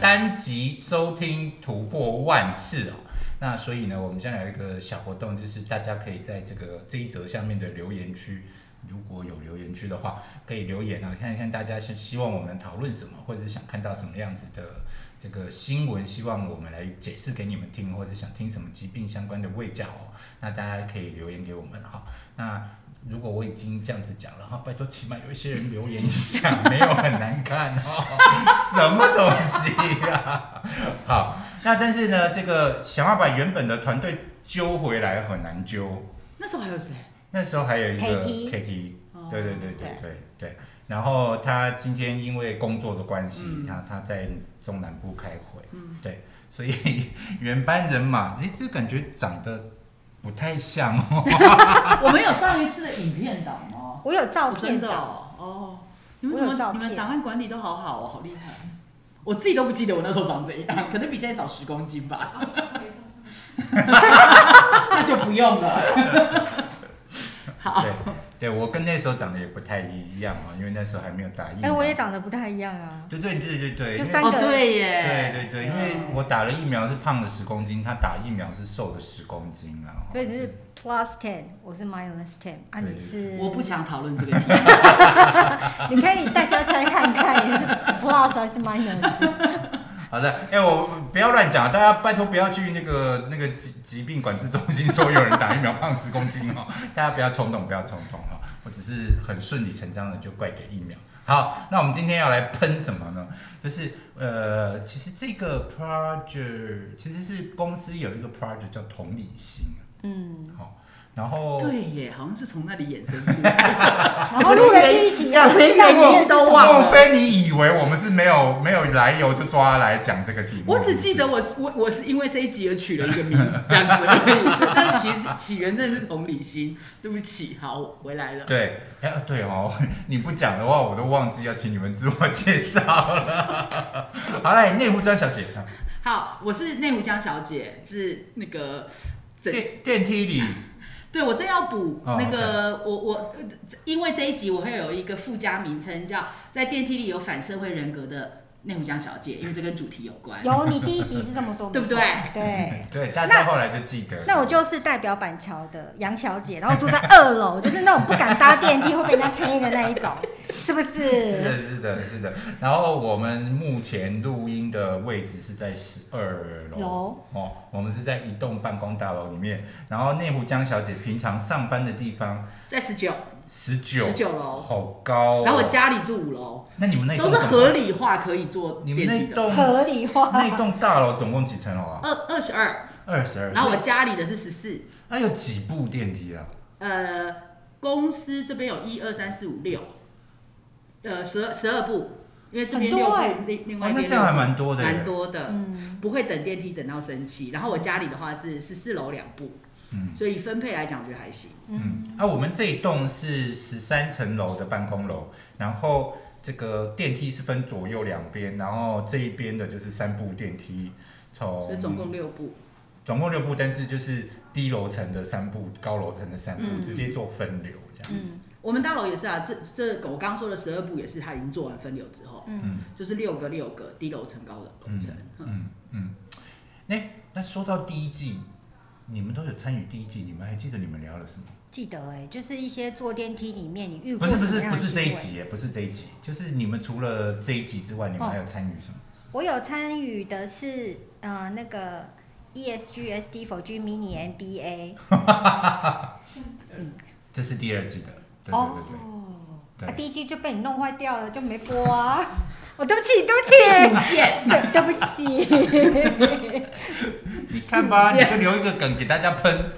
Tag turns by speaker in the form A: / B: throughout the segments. A: 单集收听突破万次哦。那所以呢，我们将来有一个小活动，就是大家可以在这个这一则下面的留言区，如果有留言区的话，可以留言啊，看一看大家是希望我们讨论什么，或者是想看到什么样子的这个新闻，希望我们来解释给你们听，或者想听什么疾病相关的卫教哦。那大家可以留言给我们哈。那如果我已经这样子讲了哈，拜托起码有一些人留言一下，没有很难看哦，什么东西呀、 好，那但是呢，这个想要把原本的团队揪回来很难揪。
B: 那时候还有谁？
A: 那时候还有一个
C: KT
A: KT，
B: 哦
A: 对对对对
C: 对
A: 对对。然后他今天因为工作的关系，
B: 嗯
A: 他他在中南部开会，
B: 嗯
A: 对，所以原班人马，哎，这感觉长得不太像哦。
B: 我们有上一次的影片档吗？
C: 我有照片
B: 真的
C: 的，
B: 哦，哦你们
C: 我有
B: 怎么
C: 照
B: 你
C: 片
B: 们档案管理都好好哦，好厉害！我自己都不记得我那时候长怎样， 可能比现在少十公斤吧，那就不用了。好，
A: 对，对我跟那时候长得也不太一样哦，因为那时候还没有打疫苗。
C: 哎，我也长得不太一样啊。
A: 对对对对对，因为
C: 就三个
B: 哦对
A: 对
B: 耶，
A: 对对，因为我打了疫苗是胖了十公斤，他打疫苗是瘦了十公斤啊。哦
C: 所以只是 plus ten，我是 minus ten 啊，
A: 对
C: 你是
B: 我不想讨论这个题，
C: 你可以大家猜看看，你是 plus 还是 minus？
A: 好的，哎、我不要乱讲，啊大家拜托不要去那个那个疾疾病管制中心说有人打疫苗胖十公斤哦， 大家不要冲动，不要冲动哦，我只是很顺理成章的就怪给疫苗。好，那我们今天要来喷什么呢？就是呃，其实这个 project 其实是公司有一个 project 叫同理心，
C: 嗯，
A: 好、然后
B: 对耶，好像是从那里衍生出来。
C: 然后录了第一集，
B: 要
C: 我不知道里面是什
B: 都
C: 么。
B: 忘了
A: 莫非你以为我们是没有没有来由就抓来讲这个题目？
B: 我只记得我是我我是因为这一集而取了一个名字这样子而已，但其实起源真的是同理心。对不起，好，我回来了。
A: 对，哎、对哦， 你不讲的话，我都忘记要请你们自我介绍了。 好来，内湖张小姐，
B: 好，我是内湖江小姐，是那个整
A: 电电梯里，
B: 对，我正要补
A: 哦
B: 那个，我我因为这一集我会有一个附加名称叫在电梯里有反社会人格的内湖江小姐，因为这跟主题有关。
C: 有你第一集是这么说，
B: 对不对
C: 没错对。
A: 对，大家后来就记得。
C: 那我就是代表板桥的杨小姐，然后住在二楼，就是那种不敢搭电梯会被人家催的那 一种，是不
A: 是的，
C: 是？
A: 是的，是的。然后我们目前录音的位置是在十二楼
C: 楼
A: 哦，我们是在一栋办公大楼里面。然后内湖江小姐平常上班的地方
B: 在十九
A: 十九
B: 十九楼，
A: 好高、哦。
B: 然后我家里住五楼，
A: 那你们那栋
B: 都是
A: 怎么
B: 合理化可以坐
A: 你们
B: 电梯
A: 那
B: 的。
A: 栋
C: 合理化。
A: 那栋大楼总共几层楼啊？
B: 二二十二，
A: 二十二。
B: 然后我家里的是十四，
A: 那有几部电梯啊？
B: 呃，公司这边有一二三四五六，呃，十二十二部，因为这边
C: 很
B: 六
C: 多
B: 部
C: 欸，
B: 另另
A: 哦
B: 外一
A: 那
B: 边
A: 这样还
B: 六部
A: 蛮多的耶
B: 蛮多的，
C: 嗯，
B: 不会等电梯等到生气。然后我家里的话是十四楼两部，
A: 嗯
B: 所以分配来讲我觉得还行。
A: 嗯，啊，我们这一栋是十三层楼的办公楼，然后这个电梯是分左右两边，然后这一边的就是三部电梯，
B: 所
A: 从
B: 以总共六部，
A: 总共六部，但是就是低楼层的三部，高楼层的三部，
C: 嗯
A: 直接做分流这样。
C: 嗯
B: 我们大楼也是啊，这这个我刚刚说的十二部也是他已经做完分流之后，
C: 嗯，
A: 嗯
B: 就是六个六个低楼层高的楼层。嗯
A: 嗯嗯，那、那说到第一季，你们都有参与第一季，你们还记得你们聊了什么？
C: 记得哎、就是一些坐电梯里面你遇
A: 不
C: 过
A: 是不
C: 什
A: 是
C: 么样
A: 不
C: 的
A: 是这一
C: 行为
A: 集耶，不是这一集，就是你们除了这一集之外，你们还有参与什么？
C: 我有参与的是呃那个 ESG SD for G Mini MBA
A: 这是第二季的，对对
C: 哦
A: 对对。，对
C: 啊第一季就被你弄坏掉了，就没播啊。 我、对不起，对不起，
B: 见，
C: 对对不起。
A: 你看吧，
B: 嗯
A: 你就留一个梗给大家喷。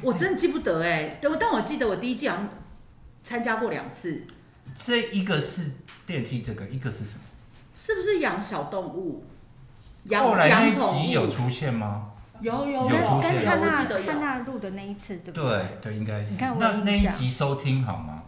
B: 我真的记不得哎、但但我记得我第一季好像参加过两次，
A: 这一个是电梯，这个一个是什么？
B: 是不是养小动物？养
A: 后来那
B: 养
A: 一
B: 宠
A: 集
B: 物
A: 有出现吗？
B: 有有
A: 有
C: 跟
A: 出现
C: 跟
B: 有
C: 汉
B: 我记
C: 娜
B: 得有
C: 汉。娜录的那一次，对不
A: 对对，应该
C: 你
A: 是。
C: 看我
A: 那
C: 有印
A: 那一
C: 象
A: 集收听好吗？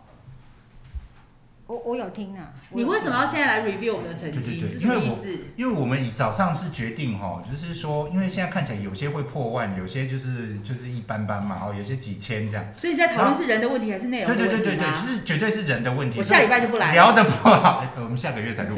C: 我我有听啊。我
B: 你
C: 有
B: 为什
C: 听
B: 么要现在来 review 我们的成
A: 对
B: 绩？
A: 对对
B: 这什么
A: 因为
B: 意
A: 我
B: 思？
A: 因为我们以早上是决定哈，就是说，因为现在看起来有些会破万，有些就是就是一般般嘛，哦，有些几千这样。
B: 所以你在讨论是人的问题还是内
A: 对
B: 容的
A: 对
B: 问
A: 对
B: 题
A: 对对，
B: 吗？
A: 是绝对是人的问题。
B: 我下礼拜就不来了。
A: 聊的不好，哎我们下个月才录。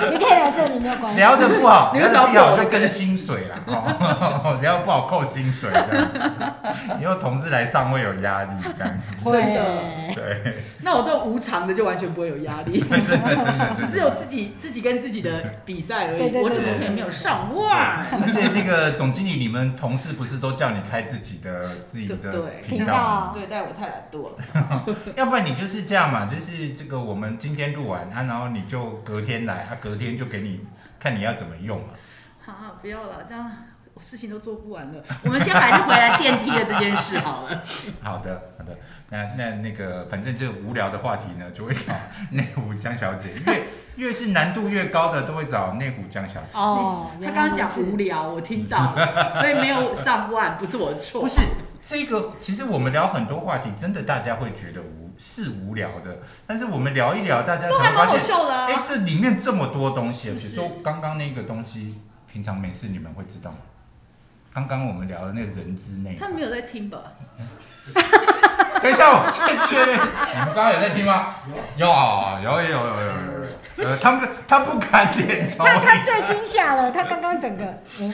C: 你可以来这里没有关系。
A: 聊的不好，
B: 你
A: 聊
B: 为什
A: 的
B: 么
A: 不
B: 要
A: 好
B: 破
A: 就跟薪水啦，哦， 聊得不好扣薪水这样子，以后同事来上会有压力这样子，
C: 会
B: 真的
A: 对，
B: 那我这种无偿的就完全不会有压力，
A: 真的真的，
B: 只是有自 己自己跟自己的比赛而已。
C: 对对对
B: 我怎么可能没有上万？
A: 而且那个总经理，你们同事不是都叫你开自己的自己的
B: 对啊
A: 频
C: 频
A: 道
C: 道
A: 吗？
B: 对，但我太懒惰了。
A: 要不然你就是这样嘛，就是这个我们今天录完啊，然后你就隔天来啊，隔天就给你看你要怎么用嘛。
B: 啊，不要了，这样我事情都做不完了。我们先还是回来电梯的这件事好了。
A: 好的，好的，那那那个反正这无聊的话题呢，就会找内湖江小姐，越越是难度越高的，都会找内湖江小姐。
C: 哦，
B: 他
C: 原来
B: 刚刚讲
C: 如此
B: 无聊，我听到了，所以没有上万不是我的错。
A: 不是这个，其实我们聊很多话题，真的大家会觉得无是无聊的，但是我们聊一聊，大家
B: 都还
A: 才发
B: 蛮好
A: 现
B: 笑的
A: 哎、
B: 啊。
A: 这里面这么多东西，
B: 是不
A: 比
B: 是
A: 如说刚刚那个东西，平常没事你们会知道吗？刚刚我们聊的那个人之内，
B: 他没有在听吧？
A: 等一下，我先确认，你们刚刚有在听吗？有，哦有，有，有，有，有，有。呃，他们他不敢点头。
C: 他他最惊吓了，他刚刚整个嗯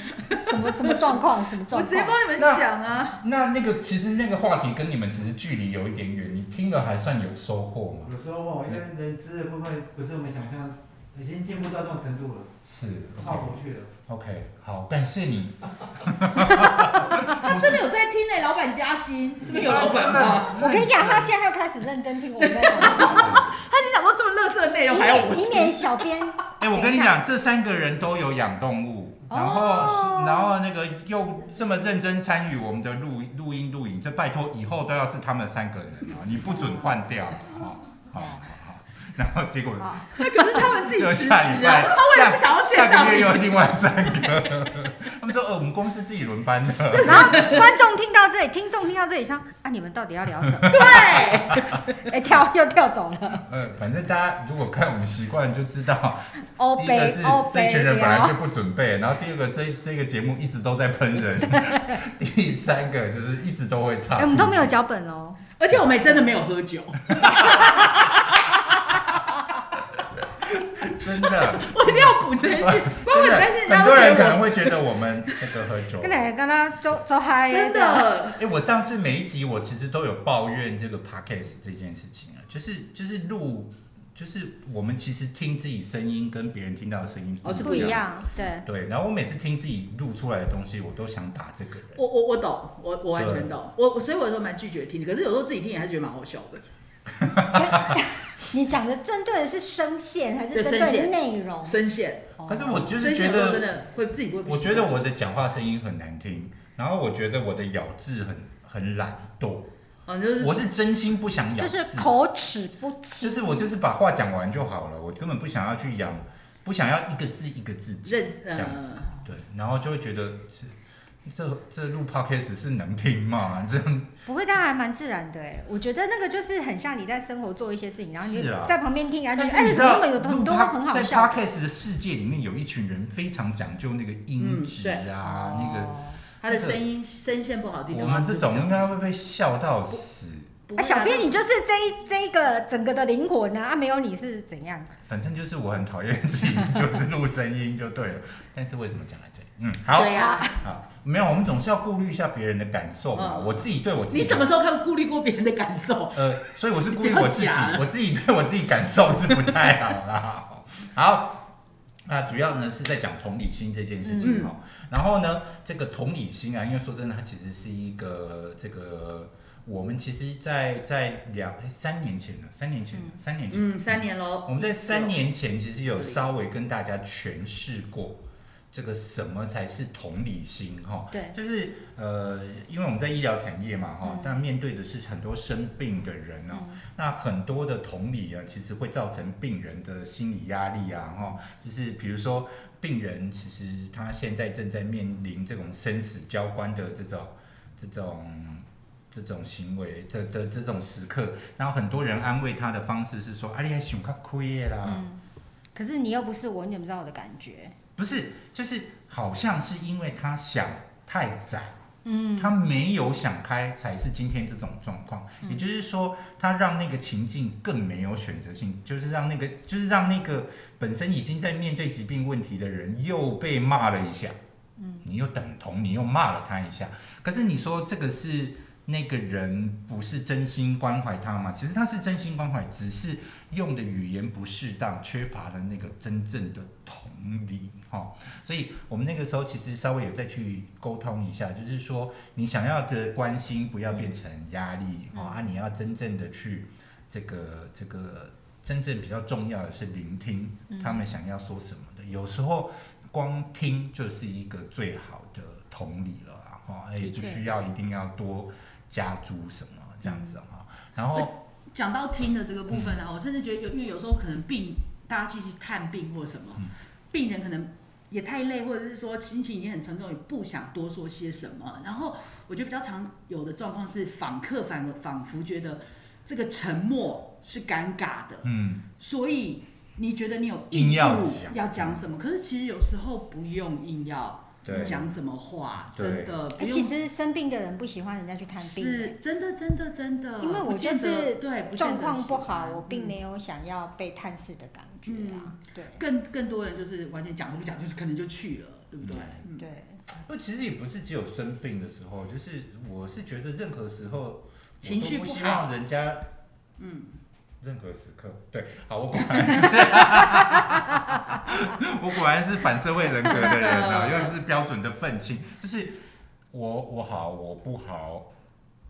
C: 什么什么状况，什么
B: 我
C: 状
B: 直接
C: 况？
B: 帮你们讲啊。
A: 那那个其实那个话题跟你们其实距离有一点远，你听了还算有收获吗？
D: 有时候因为人资的部分不是我们想象，已经进步到这种程度了，
A: 是
D: 跨不去了。
A: ，OK，好，感谢你。
B: 他真的有在听呢、老板加薪，这边有老板吗？
C: 我跟你讲，他现在又开始认真听我们 在讲什么，
B: 他就想说这么乐色内
C: 以
B: 容哎还要
C: 免
B: 我
C: 以免小编
A: 哎、我跟你讲，这三个人都有养动物，然后、
C: 哦
A: 然后那个又这么认真参与我们的录录音录影，这拜托以后都要是他们三个人啊，你不准换掉啊！好好好好，然后结果
C: 好
B: 那可是他们自己
A: 就
B: 辞职
A: 下礼拜
B: 啊，他为了不想要
A: 下
B: 见
A: 下
B: 到
A: 个月
B: 你
A: 又，另外三个， 他们说呃我们公司自己轮班的，
C: 然后观众听到这里，听众听到这里，想啊，你们到底要聊什么？
B: 对，
C: 哎，跳又跳走了，
A: 呃反正大家如果看我们习惯就知道，
C: 欧
A: 第一个
C: 哦北
A: 是
C: 欧
A: 这
C: 北
A: 群人本来就
C: 聊，
A: 不准备，然后第二个这这个节目一直都在喷人， 第三个就是一直都会差。
C: 哎，我们都没有脚本哦，
B: 而且我们也真的没有喝酒，
A: 真 的，
B: 我一定要补这一句，不然我
A: 真
B: 很
A: 的
B: 担
A: 很
B: 心人家
A: 多
B: 会
A: 人
B: 觉
A: 可
B: 得
A: 能会觉得我们这个喝酒。
C: 跟哪个跟他周周
B: 我
C: 嗨
B: 真，的。
A: 哎、我上次每一集我其实都有抱怨这个 podcast 这件事情啊，就是就是录，就是我们其实听自己声音跟别人听到的声音
B: 哦这
C: 不一。样，对，
A: 对，然后我每次听自己录出来的东西，我都想打这个人。
B: 我我我懂，我我完全懂，我我所以我有时候蛮拒绝听的，可是有时候自己听也还是觉得蛮好笑的。
C: 所以你讲的针对的是声线还
B: 对
C: 是
B: 声
C: 针
B: 线
C: 对内容？
B: 声线，
C: 哦
A: 可是我就是
B: 声线
A: 觉
B: 有时候真
A: 得，
B: 的会自己会不
A: 我
B: 习
A: 觉
B: 惯
A: 得我的讲话声音很难听，然后我觉得我的咬字很很懒惰，
B: 啊，就是
A: 我是真心不想咬
C: 就
A: 字，
C: 是口齿不清
A: 啊就，是我就是把话讲完就好了，我根本不想要去养，不想要一个字一个字讲，
B: 认
A: 这样子
B: 呃，
A: 对，然后就会觉得是这这录 podcast 是能听吗？这样
C: 不会，但还蛮自然的哎。我觉得那个就是很像你在生活做一些事情，然后你
A: 是啊
C: 在旁边听，然后
A: 但
C: 就觉
A: 是
C: 得哎，
A: 你知
C: 怎么
A: 道
C: 那么有
A: 录
C: 很多
A: pod-
C: 很好
A: 在
C: 笑？啊
A: podcast 的世界里面有一群人非常讲究那个音
B: 嗯
A: 质
B: 对
A: 啊，那个
C: 哦
B: 他的声音声线不好听的
A: 我
B: 话，
A: 们这种应
B: 就
A: 该会被笑到死。
B: 不会
C: 啊，小编你就是这一这一个整个的灵魂啊，啊没有你是怎样？
A: 反正就是我很讨厌自己，就是录声音就对了。 但是为什么讲到这里？嗯，好
C: 对
B: 啊
C: 呀，
A: 好，没有，我们总是要顾虑一下别人的感受嘛。
B: 嗯
A: 我自己对我自己，
B: 你什么时候看顾虑过别人的感受？
A: 呃，所以我是顾虑我自己
B: 你不要假了，
A: 我自己对我自己感受是不太好啦。 好，那主要呢是在讲同理心这件事情
B: 嗯
A: 哈、然后呢，这个同理心啊，因为说真的，它其实是一个这个我们其实在在两哎三年前了，三年前了，三年前，
B: 嗯，三年喽，
A: 我们在三年前其实有稍微跟大家诠释过这个什么才是同理心哈。
C: 对，
A: 就是呃，因为我们在医疗产业嘛哈
C: 嗯，
A: 但面对的是很多生病的人哦，那很多的同理啊，其实会造成病人的心理压力啊哈，就是比如说病人其实他现在正在面临这种生死交关的这种这种。这种行为，这这这种时刻，然后很多人安慰他的方式是说：“啊，你还想较亏的啦。
C: 嗯。可是你又不是我，你怎么知道我的感觉？
A: 不是，就是好像是因为他想太窄，
C: 嗯
A: 他没有想开，才是今天这种状况。
C: 嗯
A: 也就是说，他让那个情境更没有选择性，就是让那个，就是让那个本身已经在面对疾病问题的人又被骂了一下。
C: 嗯，
A: 你又等同，你又骂了他一下。可是你说这个是那个人不是真心关怀他吗？其实他是真心关怀，只是用的语言不适当，缺乏了那个真正的同理。哈、所以我们那个时候其实稍微有再去沟通一下，就是说你想要的关心不要变成压力、
C: 嗯
A: 哦，啊，你要真正的去这个这个真正比较重要的是聆听
C: 嗯
A: 他们想要说什么的，有时候光听就是一个最好的同理了啊，哈、也不
C: 的确
A: 需要一定要多加诸什么这样子哈、然后
B: 讲到听的这个部分
A: 嗯
B: 啊，我甚至觉得有，因为有时候可能病，大家去看病或什么，
A: 嗯
B: 病人可能也太累，或者是说心情已经很沉重，也不想多说些什么。然后我觉得比较常有的状况是，访客反而仿佛觉得这个沉默是尴尬的，
A: 嗯，
B: 所以你觉得你有
A: 硬
B: 义
A: 要
B: 务
A: 讲嗯
B: 要讲什么？可是其实有时候不用硬要
A: 对，
B: 讲什么话，
A: 对
B: 真的不
C: 哎，其
B: 用。
C: 实生病的人不喜欢人家去看病，
B: 是真的，真的，真的，
C: 因为我
B: 不见
C: 就
B: 得
C: 是
B: 对不见得
C: 状况不
B: 喜欢
C: 好，我并
B: 嗯
C: 没有想要被探视的感觉啊。对
B: 更更多人就是完全讲都不讲，就是可能就去了，对不对？嗯，
C: 对，
A: 不，其实也不是只有生病的时候，就是我是觉得任何时候，
B: 情绪
A: 不
B: 不
A: 希
B: 好
A: 望人家，
B: 嗯，
A: 任何时刻， 对，好，我果然 是，我果然是反社会人格的人 啊，又不是标准的愤青，就是我我好我不好，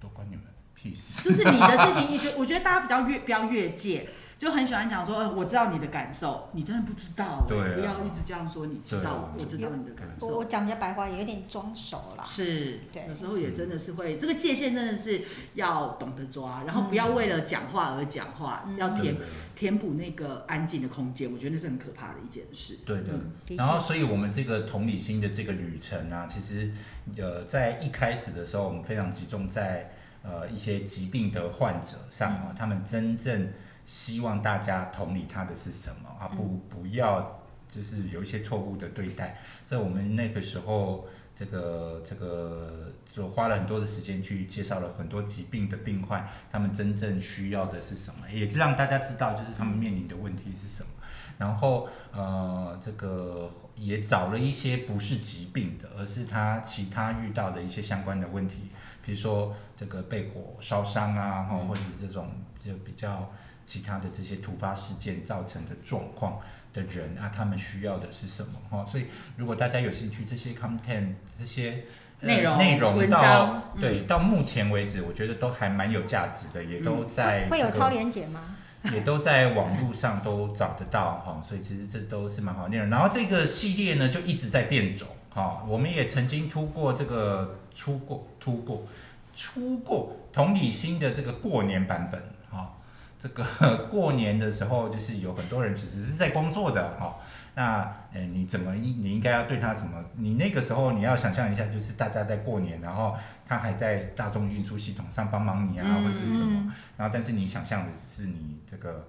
A: 都关你们屁事。
B: 就是你的事情，你觉我觉得大家比较越不要越界，就很喜欢讲说，呃，我知道你的感受，你真的不知道，欸
A: 对啊
B: 不要一直这样说，你知
A: 对
B: 道
A: 啊，
B: 我知道你的感
C: 我
B: 受
C: 我。讲比较白话，有点装熟啦。
B: 是，
C: 对
B: 有时候也真的是会，这个界限真的是要懂得抓，然后不要为了讲话而讲话，
C: 嗯
B: 要
A: 对
B: 填
A: 对
B: 填补那个安静的空间，我觉得那是很可怕的一件事。
A: 对的
B: 嗯，
C: 的确
A: 然后，所以我们这个同理心的这个旅程啊，其实呃，在一开始的时候，我们非常集中在呃一些疾病的患者上啊，
C: 嗯
A: 他们真正希望大家同理他的是什么啊，
C: 嗯
A: 不不要就是有一些错误的对待，所以我们那个时候。这个这个就花了很多的时间去介绍了很多疾病的病患，他们真正需要的是什么，也让大家知道就是他们面临的问题是什么。然后呃，这个也找了一些不是疾病的，而是他其他遇到的一些相关的问题，比如说这个被火烧伤啊，哈，或者是这种就比较其他的这些突发事件造成的状况的人啊，他们需要的是什么哈、所以如果大家有兴趣，这些 content 这些。呃
B: 内容
A: 内容
B: 文
A: 到
B: 章嗯
A: 对到目前为止，我觉得都还蛮有价值的，也都在
C: 会有
A: 这个
C: 超连结吗？
A: 也都在网络上都找得到哈、所以其实这都是蛮好的内容。然后这个系列呢就一直在变种哈、我们也曾经突过这个出过突过出过同理心的这个过年版本哈、这个 过年的时候就是有很多人其实是在工作的哈、那呃你怎么你应该要对他怎么？你那个时候你要想象一下，就是大家在过年，然后他还在大众运输系统上帮忙你啊，或者是什么。
C: 嗯，
A: 然后但是你想象的是你这个，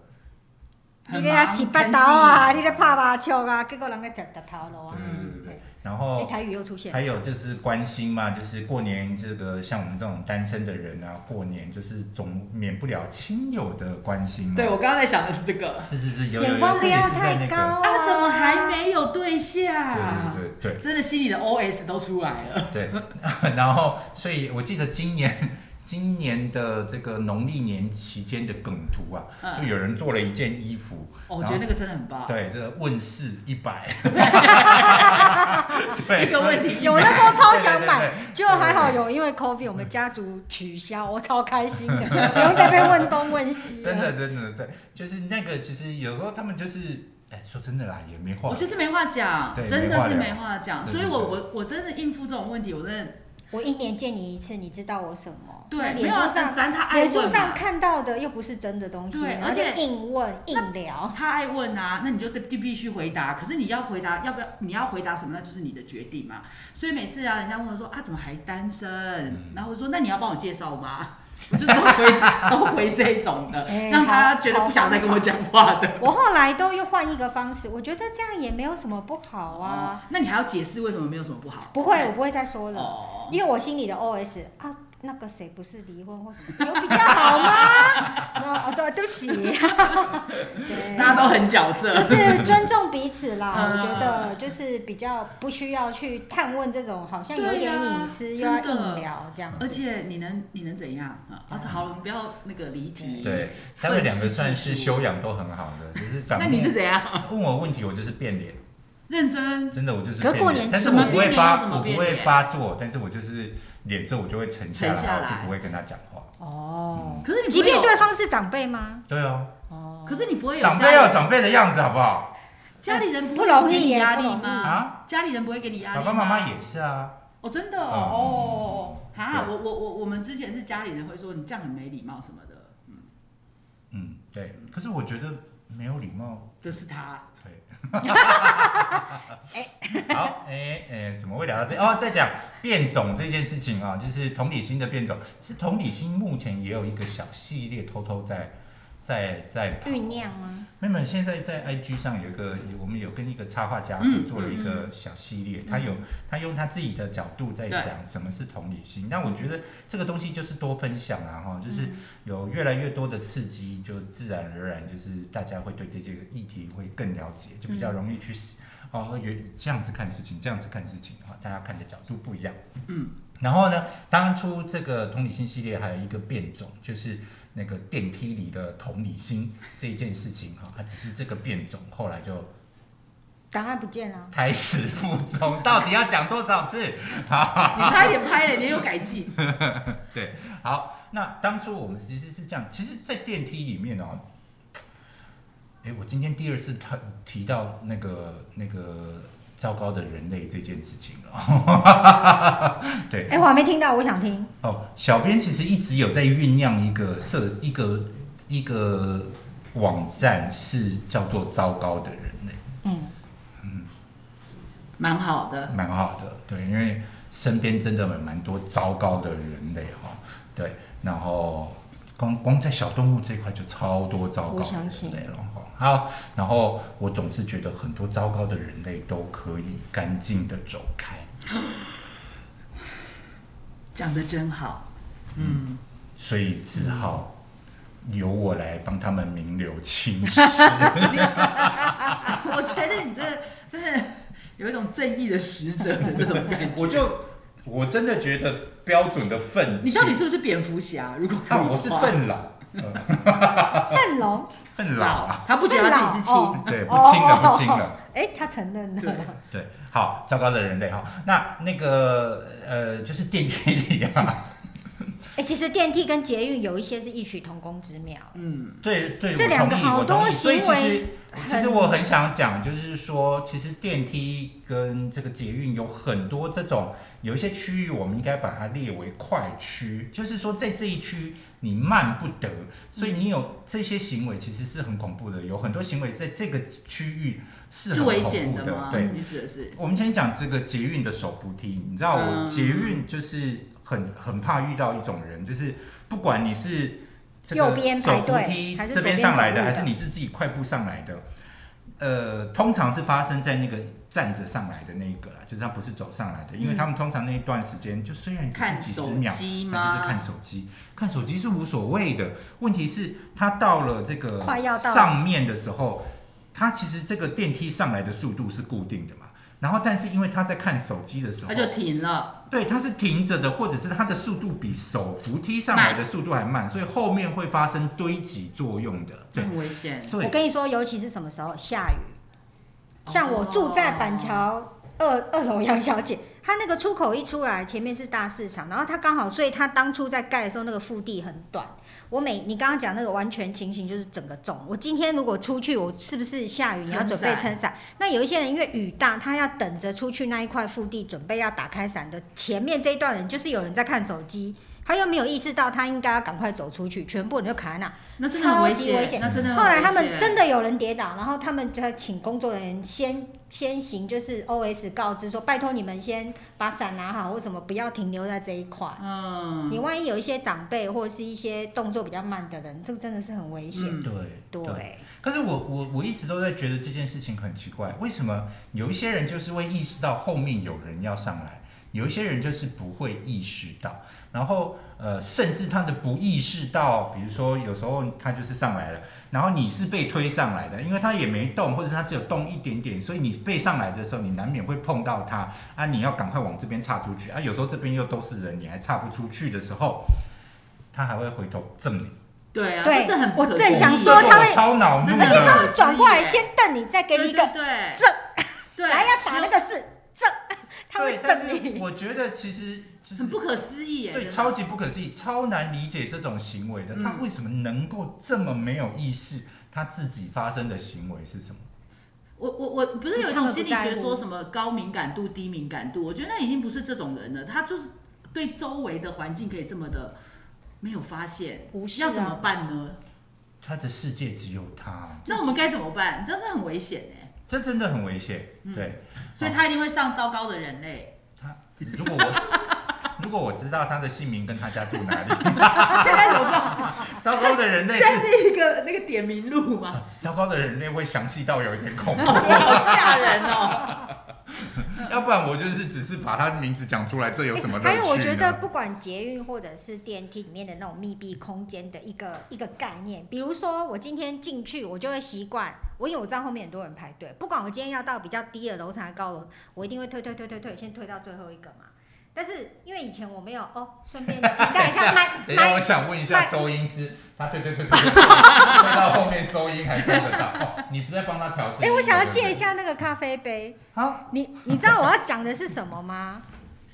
C: 你
B: 很
C: 咧
B: 忙
C: 洗八刀啊，
B: 成绩
C: 你咧拍麻将啊，结果人家食石头路啊
A: 对。对对对
C: 嗯，
A: 然
C: 哎，
A: 后
C: 台语又出现
A: 还。有就是关心嘛，就是过年这个像我们这种单身的人啊，过年就是总免不了亲友的关心嘛。
B: 对我刚刚在想的是这个
A: 是是是，有有
C: 眼
A: 有，
C: 光不
A: 这也
C: 要
A: 是在
C: 太
A: 那
C: 高
A: 个，
B: 啊，
C: 啊！
B: 怎么还？没有对象？
A: 对对对对。
B: 真的心里的 OS 都出来了。
A: 对，然后所以我记得今年今年的这个农历年期间的梗图啊，就
B: 嗯，
A: 有人做了一件衣服，
B: 哦我觉得那个真的很棒。
A: 对，这个问世一百，对，
B: 一个问题
C: 有，我那时候超想
A: 对对
C: 买
A: 对，
C: 结果还好有，因为 COVID 我们家族取消，我超开心的，不用再被问东问西。
A: 真，的真的对，就是那个其实有时候他们就是，哎，说真的啦，也没话
B: 我，就是没话讲，
A: 对
B: 真的是
A: 没
B: 没
A: 话
B: 话讲。
A: 对
B: 所以
A: 对
B: 我
A: 对
B: 我我真的应付这种问题，我真的
C: 我一年见你一次，你知道我什么？那
B: 对没
C: 脸
B: 有
C: 书
B: 啊，
C: 上
B: 反正他爱
C: 脸书
B: 问啊
C: 上
B: 嘛，
C: 看到的又不是真的东西，
B: 对
C: 然后
B: 而
C: 就
B: 且
C: 硬问硬聊。
B: 他爱问啊，那你就必必须回答。可是你要回答，要不要？你要回答什么，那就是你的决定嘛。所以每次啊，人家问我说啊，怎么还单身？
A: 嗯
B: 然后我说那你要帮我介绍吗？我就都回 都回这一种的，
C: 哎
B: 让他
C: 好
B: 觉得
C: 好
B: 不想再跟我讲话的。
C: 我后来都又换一个方式，我觉得这样也没有什么不好
B: 哦
C: 啊。，
B: 那你还要解释为什么没有什么不好？
C: 不会，我不会再说了，
B: 哦，
C: 因为我心里的 OS 啊，那个谁不是离婚或什么，有比较好 吗？那哦，对，对不 起，对
B: 大家都很角色，
C: 就是尊重彼此啦，
B: 嗯
C: 我觉得就是比较不需要去探问这种好像有点隐私
B: 对
C: 又
B: 啊
C: 要
B: 真的
C: 硬聊这样
B: 而
C: 子。
B: 且你能你能怎样啊？啊，好了，我们不要那个离题。
A: 对，他们两个算是修养都很好的，只是党
B: 那你是怎样？
A: 问我问题，我就是变脸，
B: 认真
A: 真的我就是
C: 可
A: 变
C: 过
A: 脸，
C: 年
A: 但是
C: 怎么
A: 我不会
B: 变脸要
A: 发，
B: 怎么
A: 我
B: 变
A: 不会
B: 脸啊
A: 发作，但是我就是脸色我就会沉下
B: 沉下
A: 来，我
B: 来
A: 就不会跟他讲话。
C: 哦，
B: 可是你不会有
C: 即便对方是长辈吗？
A: 对哦，
C: 哦，
B: 可是你不会有
A: 长
B: 家
A: 辈要有
B: 里
A: 长辈的样子，好不好？
B: 家里人
C: 不
B: 会
C: 容易
B: 给你
C: 耶
B: 压
C: 不
B: 力
C: 容易
B: 吗？
A: 啊，
B: 嗯家里人不会给你压力
A: 爸爸
B: 吗？
A: 妈妈也是啊，
B: 哦，真的哦
A: 哦
B: 哦，哈，
A: 对
B: 我我我我们之前是家里人会说你这样很没礼貌什么的，
A: 嗯，对。可是我觉得没有礼貌，
B: 这 是他，
A: 对。好，哎、哎、怎么会聊到这？哦，再讲变种这件事情啊，就是同理心的变种。其实同理心目前也有一个小系列偷偷在在在跑
C: 酝酿吗？
A: 妹妹现在在 IG 上有一个，我们有跟一个插画家
B: 嗯
A: 做了一个小系列，他有他用他自己的角度在
B: 对
A: 讲什么是同理心。那我觉得这个东西就是多分享啊，哈，
B: 嗯
A: 就是有越来越多的刺激，就自然而然就是大家会对这这个议题会更了解，就比较容易去思
B: 嗯
A: 哦，原这样子看事情，这样子看事情的话，大家看的角度不一样。
B: 嗯，
A: 然后呢，当初这个同理心系列还有一个变种，就是那个电梯里的同理心这件事情哈，它只是这个变种，后来就
C: 档案不见了，
A: 开始附中，到底要讲多少次？
B: 你差一点拍了，你也有改进，
A: 对，好，那当初我们其实是这样，其实，在电梯里面哦，哎，我今天第二次他提到那个那个糟糕的人类这件事情了， 对，
C: 哎，我还没听到，我想 听。
A: 哦，小编其实一直有在酝酿一个设一个一个网站，是叫做“糟糕的人类
C: 嗯，
B: 蛮好”，的，
A: 蛮好的。对，因为身边真的蛮多糟糕的人类哈、对，然后光光在小动物这一块就超多糟糕
C: 我
A: 的
C: 相信
A: 人类了哈。好，然后我总是觉得很多糟糕的人类都可以干净的走开。
B: 讲的真好，嗯，
A: 所以只好由我来帮他们名留青史。
B: 我觉得你这真的有一种正义的使者的这种感觉，
A: 我就我真的觉得标准的愤
B: 你到底是不是蝙蝠侠？如果可以
A: 看
B: 的
A: 我是
B: 话
A: 愤老，呃
C: 范龙，
A: 愤老啊，
B: 他不觉得他自己是亲
C: 哦，
A: 对，不亲了，不亲了。
C: 哎，他承认
B: 对
C: 了。
A: 对，好，糟糕的人类哈，那那个呃，就是电梯里啊，
C: 哎，其实电梯跟捷运有一些是异曲同工之妙。
B: 嗯，
A: 对对，
C: 这
A: 我
C: 两个
A: 同意
C: 好
A: 我同
C: 多
A: 意所以
C: 行为
A: 其实其实
C: 很
A: 我很想讲，就是说，其实电梯跟这个捷运有很多这种，有一些区域我们应该把它列为快区，就是说在这一区你慢不得，所以你有这些行为其实是很恐怖的，有很多行为在这个区域是
B: 是
A: 很
B: 危
A: 恐
B: 险
A: 怖
B: 的
A: 的
B: 吗，？
A: 对。
B: 你指的是
A: 我们先讲这个捷运的手扶梯，你知道我
B: 嗯
A: 捷运就是很很怕遇到一种人，就是不管你是这
C: 右
A: 个
C: 边排
A: 手扶
C: 队
A: 梯
C: 还是
A: 这边
C: 左边
A: 上来
C: 走
A: 的，
C: 路
A: 还
C: 的
A: 是你是自己快步上来的，呃，通常是发生在那个站着上来的那一个啦，就是他不是走上来的，因为
C: 嗯
A: 他们通常那一段时间就虽然只
B: 看
A: 是几
B: 手
A: 十秒，
B: 机
A: 他
B: 吗？
A: 就是看手机，看手机是无所谓的。问题是，他到了这个
C: 快要到
A: 上面的时候，他其实这个电梯上来的速度是固定的嘛。然后，但是因为他在看手机的时候
B: 他，就停了，
A: 对，他是停着的，或者是他的速度比手扶梯上来的速度还慢，所以后面会发生堆积作用的。对，
B: 很危险。
C: 我
A: 对，
C: 跟你说，尤其是什么时候下雨，
B: 哦
C: 像我住在板桥二二楼杨小姐，她那个出口一出来，前面是大市场，然后她刚好，所以她当初在盖的时候，那个腹地很短。我每你刚刚讲那个完全情形就是整个中。我今天如果出去，我是不是下雨你要准备撑
B: 撑
C: 伞？那有一些人因为雨大，他要等着出去那一块腹地准备要打开伞的前面这一段人，就是有人在看手机。他又没有意识到他应该要赶快走出去，全部人就卡在那。
B: 那真的很危
C: 超级危
B: 险
C: 险，
B: 那真的很危险。
C: 后来他们真的有人跌倒，然后他们就请工作人员先先行就是 O S 告知说，拜托你们先把伞拿好，或什么不要停留在这一块。
B: 嗯，
C: 你万一有一些长辈或者是一些动作比较慢的人，这个真的是很危险。
B: 嗯
A: 对
C: 对，
A: 可是我我我一直都在觉得这件事情很奇怪，为什么有一些人就是会意识到后面有人要上来，有一些人就是不会意识到，然后呃，甚至他的不意识到，比如说有时候他就是上来了，然后你是被推上来的，因为他也没动，或者是他只有动一点点，所以你被上来的时候，你难免会碰到他啊，你要赶快往这边岔出去啊，有时候这边又都是人，你还岔不出去的时候，他还会回头瞪你，
B: 对啊，
C: 对
B: 这很不
C: 我
B: 可
C: 正
B: 思议
C: 想说他会
A: 我超恼怒的，
B: 真的
C: 而且他
B: 对
C: 们转过来先瞪你，再给你
B: 对
C: 一个
B: 对对
C: 正，
B: 对，
C: 来要打那个字正，他会
A: 对，但
C: 正
A: 是
C: 你。
A: 我觉得其实就是
B: 很不可思议耶，
A: 对，
B: 真的
A: 超级不可思议，超难理解这种行为的。
B: 嗯
A: 他为什么能够这么没有意识？他自己发生的行为是什么？
B: 我我我不是有一
C: 他
B: 种
C: 们不
B: 心理
C: 在
B: 学
C: 乎
B: 说什么高敏感度、低敏感度？我觉得那已经不是这种人了，他就是对周围的环境可以这么的没有发现，
C: 不是啊
B: 要怎么办呢？
A: 他的世界只有他，
B: 那我们该怎么办？真的很危险哎，
A: 这真的很危险。
B: 嗯
A: 对，
B: 所以他一定会上糟糕的人 类。
A: 他如果我如果我知道他的姓名跟他家住哪里，
B: 现在我知道，
A: 糟糕的人类
B: 现在
A: 是
B: 是一个那个点名录 嘛，
A: 糟糕的人类会详细到有一点恐怖，
B: 好吓人哦。
A: 要不然我就是只是把他名字讲出来，这有什么乐趣呢？
C: 还有，我觉得不管捷运或者是电梯里面的那种密闭空间的一个一个概念，比如说我今天进去，我就会习惯，我因为我知道后面很多人排队，不管我今天要到比较低的楼层还是高楼，我一定会推推推推推，先推到最后一个嘛。但是因为以前我没有哦，顺便提到 一下买
A: 等一下，
C: 买
A: 我想问一下
C: 麦
A: 收音师，他对对对对对，推到后面收音还收得到。哦，你不在帮他调声音？
C: 哎、我想要
A: 对不对
C: 借一。下那个咖啡杯。
A: 好，
C: 你你知道我要讲的是什么吗？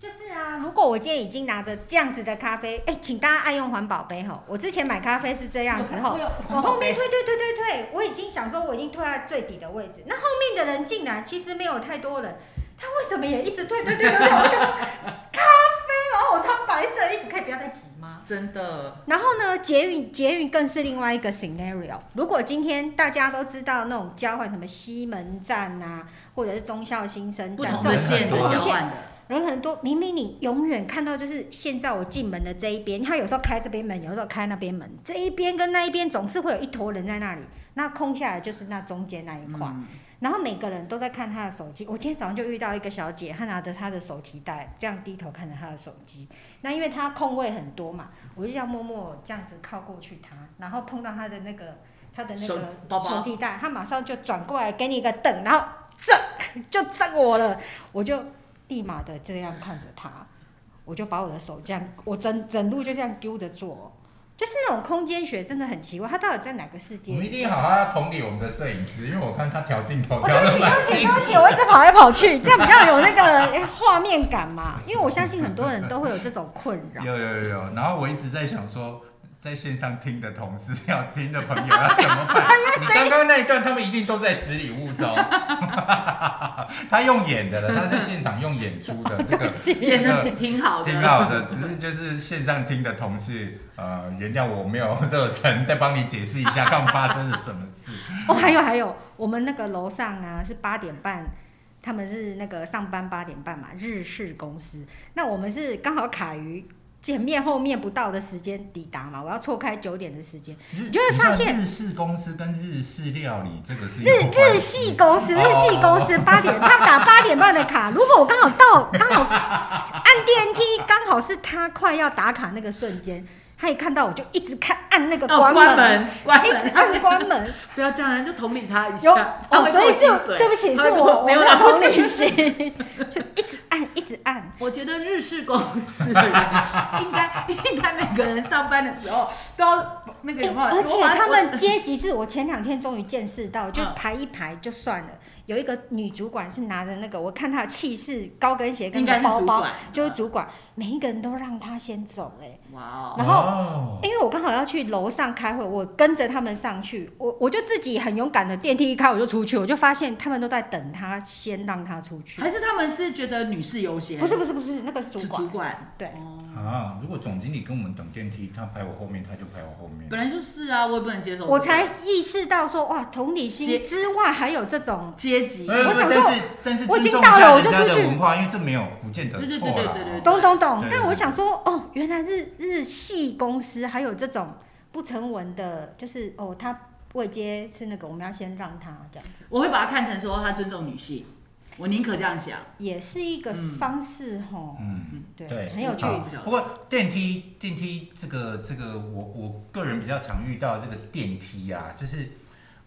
C: 就是啊，如果我今天已经拿着这样子的咖啡，哎、请大家爱用环保杯吼。我之前买咖啡是这样哦的时候，我后面推推推推推，我已经想说我已经推到最底的位置，那后面的人进来其实没有太多人，他为什么也一直推推推推推？我想说 咖啡，然后我穿白色的衣服，可以不要再挤吗？
B: 真的，
C: 然后呢，捷运捷运更是另外一个 scenario。如果今天大家都知道那种交换什么西门站啊，或者是忠孝新生
B: 不
C: 站
B: 同
C: 这
B: 的
C: 种
B: 线的
C: 不同
B: 交
C: 线
B: 换的，
C: 人很多，明明你永远看到就是现在我进门的这一边，他有时候开这边门，有时候开那边门，这一边跟那一边总是会有一坨人在那里，那空下来就是那中间那一块。
B: 嗯
C: 然后每个人都在看她的手机。我今天早上就遇到一个小姐，她拿着她的手提袋，这样低头看着她的手机。那因为她空位很多嘛，我就要默默这样子靠过去她，然后碰到她的那个她的那
B: 手
C: 个
B: 包包
C: 手提袋，她马上就转过来给你一个瞪，然后这就瞪我了，我就立马的这样看着她，我就把我的手这样，我整整路就这样丢着坐。就是那种空间学真的很奇怪，她到底在哪个世
A: 我
C: 界
A: 们一
C: 里？
A: 定好好要同理我们的摄影师，因为我看他调镜头
C: 我
A: 调
C: 对不
A: 的
C: 起，对
A: 蛮辛苦
C: 不起，对不起，我一直跑来跑去，这样比较有那个哎画面感嘛。因为我相信很多人都会有这种困扰。
A: 有有有有，然后我一直在想说。在线上听的同事 要听的朋友要怎么
C: 啊
A: 办？你刚刚那一段，他们一定都在十里雾中。他用演的了，他在现场用演出的，这个
B: 演的挺挺好的，
A: 挺好的，只是就是线上听的同事，呃，原谅我没有热忱，再帮你解释一下刚发生了什么 事。
C: 哦，还有还有，我们那个楼上啊是八点半，他们是那个上班八点半嘛，日式公司。那我们是刚好卡于前面后面不到的时间抵达嘛，我要错开九点的时间。
A: 日
C: 你就会发现
A: 你看日式公司跟日式料理这个是
C: 日日系公司，日系公司八点，他打八点半的卡。如果我刚好到，刚好按电梯，刚好是他快要打卡那个瞬间，他一看到我就一直看按那个
B: 哦，
C: 关
B: 关
C: 门，
B: 门，关
C: 一
B: 门
C: 直，按 关门。
B: 不要这样，就同理他一
C: 有
B: 下。他
C: 哦，
B: 会
C: 所以
B: 扣
C: 是
B: 薪水
C: 对不起，
B: 他
C: 是
B: 会扣
C: 我
B: 没有
C: 我
B: 啦
C: 有同
B: 不
C: 理
B: 是
C: 心， 就一直按一直 按。
B: 我觉得日式公司的人应该应该每个人上班的时候都要那个
C: 哎
B: 有没有？
C: 而
B: 我
C: 且
B: 把
C: 他
B: 我
C: 们阶级是我前两天终于见识到，就
B: 嗯
C: 排一排就算了。有一个女主管是拿着那个，我看她的气势，高跟鞋跟
B: 应该是
C: 那个包
B: 主
C: 包，
B: 管，
C: 就是主管，每一个人都让她先走、哎。
B: 哇哦，
C: 然后
A: 后
C: 因为我刚好要去楼上开会，我跟着他们上去，我我就自己很勇敢的电梯一开我就出去，我就发现他们都在等他，先让他出去。
B: 还是他们是觉得女士优先？
C: 不是不是不是，那个是主
B: 是
C: 管
B: 主，管，
C: 对
B: 哦。
A: 啊，如果总经理跟我们等电梯，他排我后面，他就排我后面。
B: 本来就是啊，我也不能接受这个。
C: 我才意识到说哇，同理心
B: 接
C: 之外还有这种，
B: 阶级，
A: 哎
C: 我
A: 不
C: 想
A: 但
C: 说
A: 是但是
C: 我已经
A: 尊重一下
C: 到了我就
A: 人家的
C: 出去
A: 文化，因为这没有不见得
B: 对对对
A: 错啦
B: 对对对
C: 懂懂懂
A: 对。
C: 但我想说哦，原来日日系公司还有这种不成文的，就是哦，他未接是那个我们要先让他这样子，
B: 我会把它看成说他尊重女性，我宁可这样想。
C: 也是一个
B: 嗯
C: 方式吼，
A: 嗯，
C: 对，
A: 对
C: 很有趣。
A: 好
B: 不晓得
A: 啊不过电梯电梯这个这个，我我个人比较常遇到这个电梯啊，就是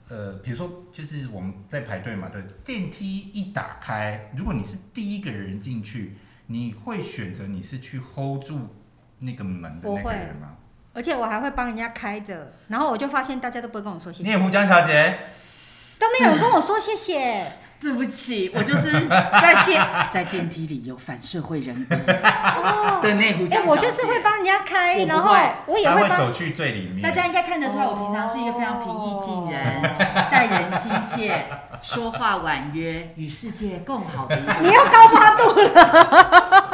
A: 呃，比如说就是我们在排队嘛，对，电梯一打开，如果你是第一个人进去，你会选择你是去 hold 住那个门的
C: 我
A: 那个
C: 会
A: 人吗？
C: 而且我还会帮人家开着，然后我就发现大家都不会跟我说谢
A: 你
C: 谢，
A: 也胡江小姐，
C: 都没有人跟我说 谢谢。
B: 对不起，我就是在电 在电梯里有反社会人格
C: 哦，
B: 的内湖
C: 哎、
B: 江
C: 我
B: 小
C: 就
B: 姐
C: 是会帮人家开，
B: 我不
C: 然后
B: 会
C: 我也
A: 他
C: 会
A: 会
C: 帮。
A: 走去最里面。
B: 大家应该看得出来，我平常是一个非常平易近人、待人亲切、说话婉约、与世界共好的一个
C: 你
B: 人。
C: 要高八 度了，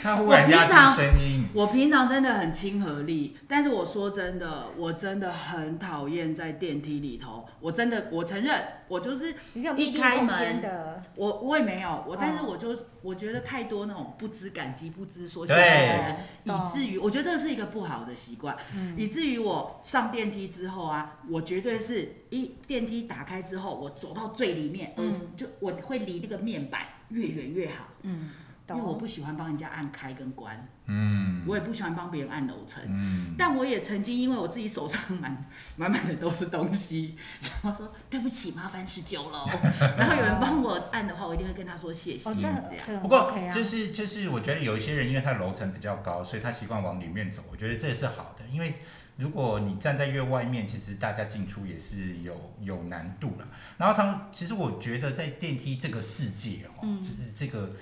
A: 他忽然压低声音，
B: 我平常真的很亲和力，但是我说真的，我真的很讨厌在电梯里头。我真的，我承认，我就是
C: 你是有
B: 一
C: 密闭
B: 开
C: 空
B: 门
C: 间的，
B: 我我也没有，我
C: 哦
B: 但是我就、我觉得太多那种不知感激、不知说谢
A: 对
B: 谢的人，以
C: 懂
B: 至于我觉得这是一个不好的习惯，
C: 嗯，
B: 以至于我上电梯之后啊，我绝对是一电梯打开之后，我走到最里面，
C: 嗯
B: 嗯，就我会离那个面板越远越好，
C: 嗯，
B: 因为我
C: 懂。
B: 不喜欢帮人家按开跟关，
A: 嗯，
B: 我也不喜欢帮别人按楼层。
A: 嗯，
B: 但我也曾经因为我自己手上满满满的都是东西，然后说对不起，麻烦十 九楼。然后有人帮我按的话，我一定会跟他说谢谢。
C: 哦，
A: 是
C: 这很
B: 这样
C: 这很
A: 不过
C: OK 啊
A: 就，是就是，我觉得有一些人因为他楼层比较高，所以他习惯往里面走，我觉得这也是好的，因为。如果你站在越外面，其实大家进出也是有有难度了。然后他们，其实我觉得在电梯这个世界哦，
C: 嗯
A: 就是这个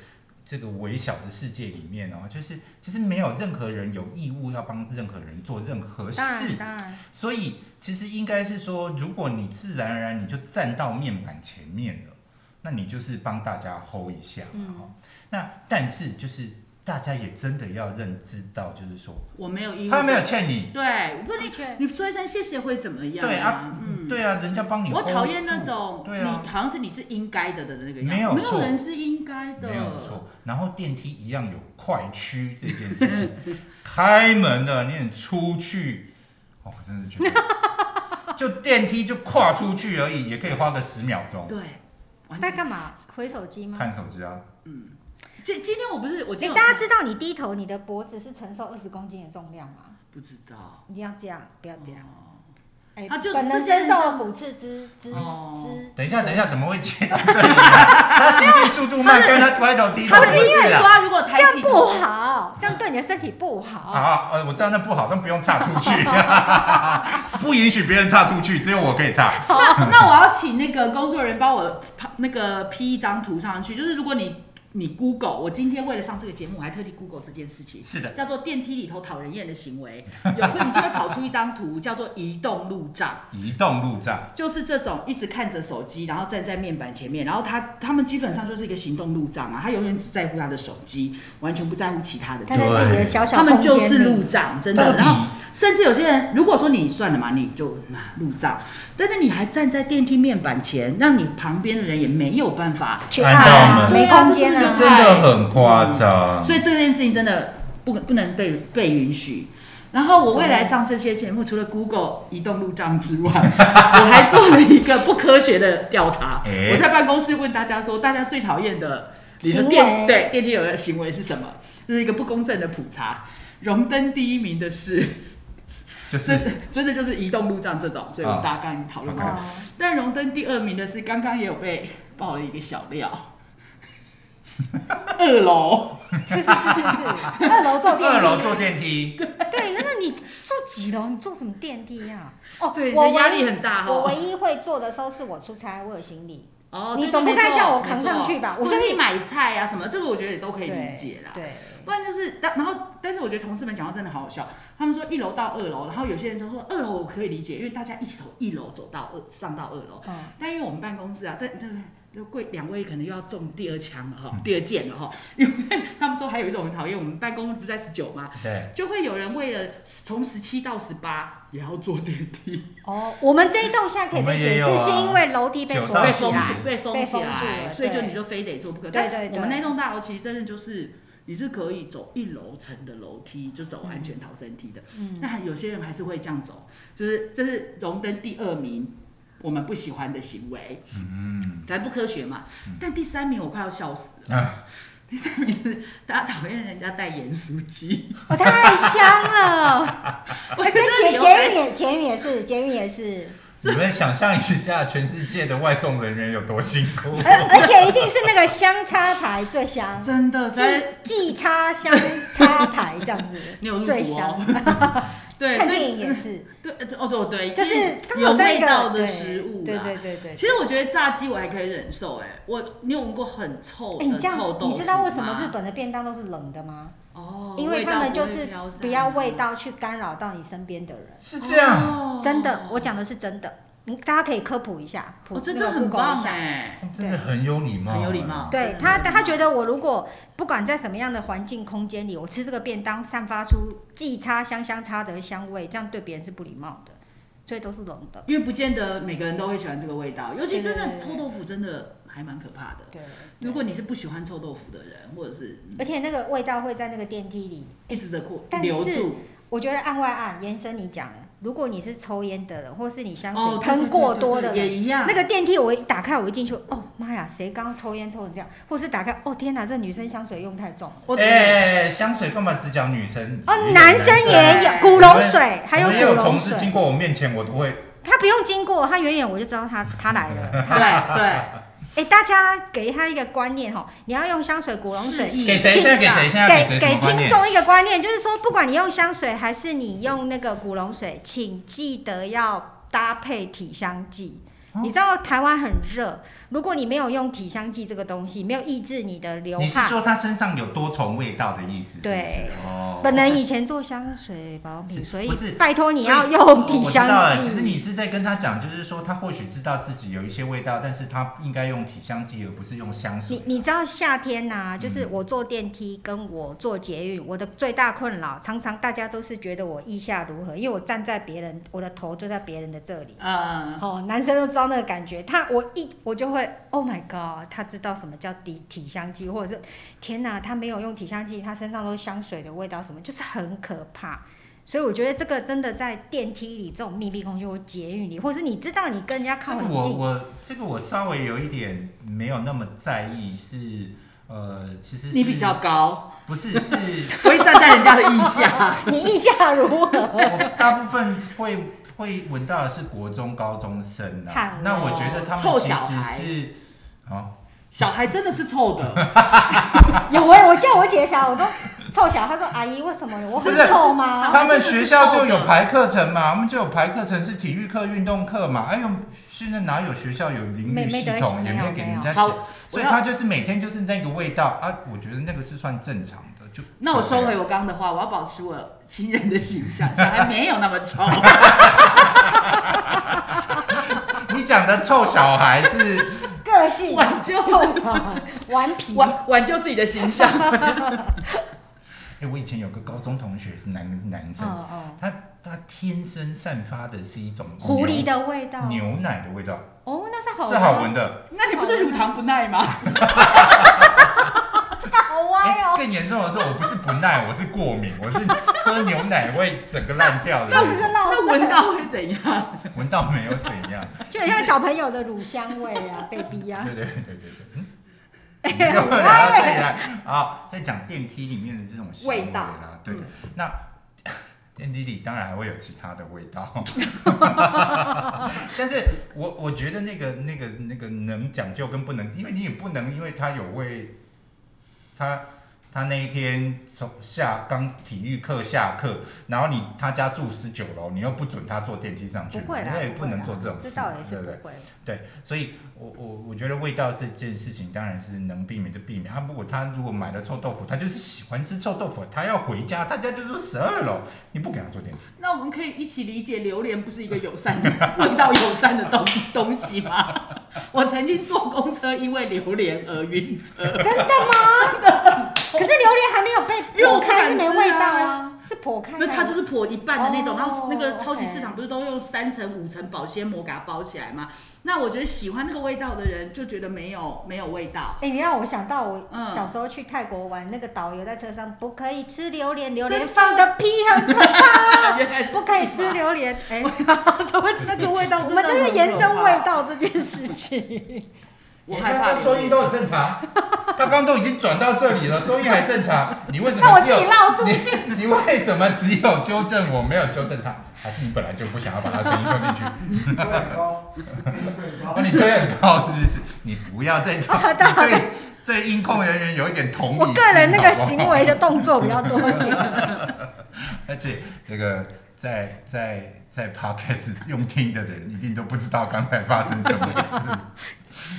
A: 这个微小的世界里面哦，就是其实没有任何人有义务要帮任何人做任何事
C: 当然当然，
A: 所以其实应该是说，如果你自然而然你就站到面板前面了，那你就是帮大家 hold 一下嘛。
C: 嗯
A: 哈那但是就是大家也真的要认知到，就是说
B: 我没有义务，
A: 他没有，欠你，
B: 对，不
C: 的
B: 你
C: 确，
B: 你说一声谢谢会怎么样、
A: 对啊
B: 啊，嗯，
A: 对啊，人家帮你 hold
B: 我
A: 住，
B: 讨厌那种，
A: 对啊
B: 你好像是你是应该的的那个样子，
A: 没有
B: 没
A: 错
B: 有人是应该的，
A: 没有错。然后电梯一样有快区这件事情， 开门了你很出去，哦，我真的觉得 就电梯就跨出去而已，也可以花个十秒钟
B: 对，完
C: 在
B: 全。嗯
C: 干嘛？回手机吗？
A: 看手机啊。
B: 今今天我不是我今天
C: 哎、
B: 有
C: 大家知道你低头，你的脖子是承受二十公斤的重量吗？
B: 不知道，
C: 一定要这样，不要这样。
B: 哦
C: 哎、
B: 啊就
C: 本人
B: 这些
C: 深
B: 人
C: 受骨刺之之之
B: 哦
A: 等一下，等一下，怎么会接到这里来？他行进速度慢，跟他歪头低头
B: 他
A: 什
B: 不是
A: 么
B: 因为
A: 事啊？
B: 说如果
C: 这
B: 抬
C: 样
B: 起
C: 不
B: 头，
C: 好，这样对你的身体不好。
A: 啊，呃，我知道那不好，但不用岔出去， 不允许别人岔出去，只有我可以岔。
B: 那那我要请那个工作人员帮我拍那个 P 一张图上去，就是如果你你 Google，我今天为了上这个节目，我还特地 Google 这件事情，
A: 是的，
B: 叫做电梯里头讨人厌的行为，有会你就会跑出一张图，叫做移动路障，
A: 移动路障，
B: 就是这种一直看着手机，然后站在面板前面，然后他他们基本上就是一个行动路障啊，他永远只在乎他的手机，完全不在乎其他的。
C: 他在自己的小小
B: 他们就
C: 空
B: 是
C: 间里
B: 路障，真
A: 到
B: 的。
A: 底
B: 然后甚至有些人，如果说你算了嘛，你就啊路障，但是你还站在电梯面板前，让你旁边的人也没有办法。
C: 去
A: 按
C: 按
A: 到门
C: 没空间
B: 对啊这是不是。
C: 啊
A: 真的很夸张。
B: 所以这件事情真的不不能被被允许。然后我未来上这些节目，除了 Google 移动路障之外，我还做了一个不科学的调查。
A: 哎
B: 我在办公室问大家说，大家最讨厌的你的
C: 行
B: 电
C: 为
B: 对电梯有的行为是什么？这是一个不公正的普查。荣登第一名的是，
A: 就是
B: 真的真的就是移动路障这种，所以我们大家刚刚已经讨论过。
A: 啊
C: 哦
B: 但荣登第二名的是，刚刚也有被爆了一个小料， 二楼。
C: 是是是是是，二楼坐电梯，
A: 二楼坐电梯，
C: 对，那你住几楼？你坐什么电梯啊？哦，
B: 对，
C: 我
B: 你的压
C: 唯
B: 力
C: 一
B: 很大
C: 我
B: 哈。
C: 唯一会做的时候是我出差，我有行李，
B: 哦，
C: 你
B: 对
C: 总不
B: 对没
C: 该
B: 错
C: 叫我
B: 没
C: 扛上
B: 错
C: 去吧我
B: 或者
C: 相
B: 是
C: 信
B: 买菜啊什么，这个我觉得也都可以
C: 对
B: 理解啦。
C: 对，
B: 不然就是，但然后，但是我觉得同事们讲到真的好好笑。他们说一楼到二楼，然后有些人就说二楼我可以理解，因为大家一起从一楼走到二上到二楼。
C: 嗯，
B: 但因为我们办公室啊，但但就贵两位可能又要中第二枪了哈，第二箭了哈。因为他们说还有一种很讨厌，我们办公不是在十九吗？
A: 对，
B: 就会有人为了从十七到十八也要坐电梯，
C: 哦，我们这一栋现在可以
A: 我
C: 被
A: 们也
C: 解释，
A: 有啊
C: 是因为楼梯被
A: 九
C: 锁
A: 到
B: 被
C: 起
B: 封
C: 来
A: 十。
B: 住，被封
C: 被
B: 起
C: 封住
B: 来，
C: 了
B: 所以就
C: 对
B: 你就非得坐不可。
C: 对
B: 但
C: 对
B: 我们
C: 对
B: 那栋大楼其实真的就是，你是可以走一楼层的楼梯，就走安全逃生梯的。
C: 嗯，
B: 那有些人还是会这样走，就是这是荣登第二名，我们不喜欢的行为，
A: 嗯，
B: 反正不科学嘛
A: 嗯。
B: 但第三名我快要笑死了，
A: 啊，
B: 第三名是大家讨厌人家带盐酥鸡，
C: 我哦太香了。
A: 啊
C: 哎
B: 我
C: 跟
B: 跟
C: 捷
B: 哎
C: 捷运也捷运也是捷运也是，
A: 你们想象一下，全世界的外送人员有多辛 苦？
C: 而
B: 哎
C: 而且一定是那个香插牌最香，
B: 真的，
C: 即
B: 所以
C: 即插香插牌这样子
B: 你有，录
C: 最
B: 过
C: 香。啊
B: 哦， 对，
C: 看
B: 所
C: 电影也
B: 以
C: 是，
B: 对，哦对对，
C: 就是刚
B: 有
C: 好在一
B: 味道
C: 个
B: 的食物
C: 对
B: 啦
C: 对对对
B: 其实我觉得炸鸡我还可以忍受，哎，我你有闻过很臭
C: 哎，你
B: 的
C: 这样
B: 臭，豆腐
C: 你知道为什么
B: 吗
C: 日？本的便当都是冷的吗？
B: 哦，
C: 因为
B: 味道
C: 他们就
B: 不会
C: 是
B: 飘散
C: 不要味道去干扰到你身边的人。
A: 是这样，
B: 哦
C: 真的，我讲的是真的，你大家可以科普一下，普
B: 哦，真
C: 那
B: 的
C: 个
B: 很
C: Google 一
B: 棒
C: 下。
B: 哎，
A: 真的很有礼貌，啊哎
B: 很有礼貌
C: 对他，他觉得我如果不管在什么样的环境空间里，我吃这个便当散发出既差香香差的香味，这样对别人是不礼貌的，所以都是冷的。
B: 因为不见得每个人都会喜欢这个味道，尤其真
C: 对
B: 的
C: 对对
B: 臭豆腐真的还蛮可怕的。
C: 对，
B: 如果你是不喜欢臭豆腐的人，或者是嗯
C: 而且那个味道会在那个电梯里，
B: 一直的过
C: 但是
B: 留住，
C: 我觉得案外案延伸你讲了，如果你是抽烟的人，或是你香水
B: 哦，
C: 喷过多的
B: 对对对对
C: 人，
B: 也一样。
C: 那个电梯我一打开，我一进去，哦妈呀，谁刚抽烟抽成这样？或是打开，哦天哪，这女生香水用太重了。
B: 我只能
A: 哎、香水干嘛只讲女生？
C: 哦，男生也有
B: 对
C: 古龙水，
A: 我
C: 还有
A: 们也有
C: 古
A: 同
C: 龙
A: 事
C: 水
A: 经。过我面前，我都会
C: 他不用经过，他远远我就知道他他来了。
B: 对对，
C: 哎，大家给他一个观念哈，你要用香水、古龙水
B: 示，意
A: 给谁？现在给谁？现在给
C: 给
A: 谁？
C: 给
A: 什么观
C: 听
A: 念？
C: 众一个观念，就是说，不管你用香水还是你用那个古龙水，请记得要搭配体香剂。
A: 哦
C: 你知道台湾很热，如果你没有用体香剂这个东西，没有抑制你的流
A: 你是
C: 汗，
A: 说他身上有多重味道的意思？是不是
C: 对，
A: 哦，
C: 本人以前做香水保养品，
A: 是
C: 所以
A: 不是
C: 拜托你要
A: 所以
C: 用体
A: 我知道
C: 香
A: 了其实
C: 剂。
A: 你是在跟他讲，就是说他或许知道自己有一些味道，但是他应该用体香剂，而不是用香水
C: 你。你知道夏天呐、就是我坐电梯跟我坐捷运，我的最大困扰常常大家都是觉得我意下如何，因为我站在别人，我的头就在别人的这里。
B: 嗯，
C: 哦，男生都知道那个感觉，他我一我就会，Oh my god，他知道什么叫体体香剂，或者是天哪，他没有用体香剂，他身上都是香水的味道，什么就是很可怕。所以我觉得这个真的在电梯里这种密闭空间或捷运里，或是你知道你跟人家
A: 这
C: 靠
A: 个
C: 很
A: 我
C: 近，
A: 我这个我稍微有一点没有那么在意，是呃，其实是
B: 你比较高，
A: 不是 是，
B: 我会站在人家的腋下。
C: 你意下如何？
A: 我大部分会会闻到的是国中高中生
C: 看
A: 啊
C: 哦，
A: 那我觉得他
B: 臭
A: 们其
B: 小孩
A: 实是哦。
B: 小孩真的是臭的，
C: 有哎、我叫我姐小，我说臭小，她说阿姨为什么我很 臭吗？
A: 他们学校就有排课程嘛，我们就有排课程是体育课、运动课嘛。哎呦，现在哪有学校有淋
C: 没
A: 浴
C: 没
A: 系
C: 得
A: 统，
C: 没
A: 也
C: 有
A: 有给人
C: 没
A: 家
B: 有
A: 写
B: 好，
A: 所以
B: 我要
A: 他就是每天就是那个味道啊。我觉得那个是算正常的，就
B: 那我收回我刚刚的话，我要保持我亲人的形象，小孩没有那么 臭。
A: 你讲的臭小孩是
C: 个性
B: 挽救
C: 臭小孩，顽皮。
B: 挽挽救自己的形象。
A: 哎、我以前有个高中同学是男男生，
C: 嗯嗯，
A: 他他天生散发的是一种
C: 狐狸
A: 牛
C: 的味道。
A: 牛奶的味道，
C: 哦，那是好
A: 是好闻的。
B: 那你不是乳糖不耐吗？
C: 的，好歪
A: 哎
C: 哦。
A: 更严重的是，我不是不耐，我是过敏，我是喝牛奶会整个烂掉的
C: 那不
A: 那
C: 是
A: 种，
C: 闹
B: 那
C: 事，
B: 闻到会怎 样？
A: 闻到没有怎 样。
C: 就很像小朋友的乳香味啊，baby 啊。
A: 对对对对对。嗯我 们又聊到这里来，好，再啊讲电梯里面的这种行为
B: 味道
A: 啦，对，
C: 嗯
A: 那电梯里当然还会有其他的味 道，但是我我觉得那个那个那个能讲究跟不能，因为你也不能因为它有味，它。他那一天从下刚体育课下课，然后你他家住十九楼，你又不准他坐电梯上去，
C: 不会啦，
A: 那也
C: 不
A: 不
C: 会
A: 能
C: 啦
A: 做这种
C: 这
A: 事，
C: 倒也
A: 对
C: 是
A: 不
C: 不
A: 对？
C: 会。
A: 所以我我我觉得味道这件事情当然是能避免就避免。他如果他如果买了臭豆腐，他就是喜欢吃臭豆腐，他要回家，他家就住十二楼，你不给他坐电梯，
B: 那我们可以一起理解，榴莲不是一个友善的味道友善的东东西 吗？我曾经坐公车因为榴莲而晕车，
C: 真的吗？可是榴莲还没有被
B: 因为我
C: 剖
B: 不敢
C: 开，是
B: 吃啊
C: 没味道啊，是剖开才有。
B: 那它就是破一半的那种，
C: 哦
B: 然后那个超级
C: OK
B: 市场不是都用三层五层保鲜膜给它包起来吗？那我觉得喜欢那个味道的人就觉得没有没有味 道，
C: 哎、你让我想到我
B: 嗯
C: 小时候去泰国玩，那个导游在车上不可以吃榴莲，榴
B: 真
C: 莲
B: 的
C: 放的屁很可怕，
B: 原来是
C: 不可以吃榴 莲。哎、
B: 这个味道真的很可怕，
C: 我们就是延伸味道这件事情。
B: 我害怕
A: 你看他收音都很正常，他刚刚都已经转到这里了，收音还正常，你为什
C: 那我
A: 么
C: 自
A: 只有
C: 己 绕出去。
A: 你你为什么只有纠正我没有纠正他？还是你本来就不想要把他声音收进 去？
D: 会很高，会很高
A: 哦，。你推很高是不是？你不要再这样，你对对音控人员有一点同理
C: 啊我
A: 心
C: 个人那
A: 好
C: 个
A: 不好
C: 行为的动作比较多一点，
A: 而且哎那个在在在 podcast 用听的人一定都不知道刚才发生什么 事。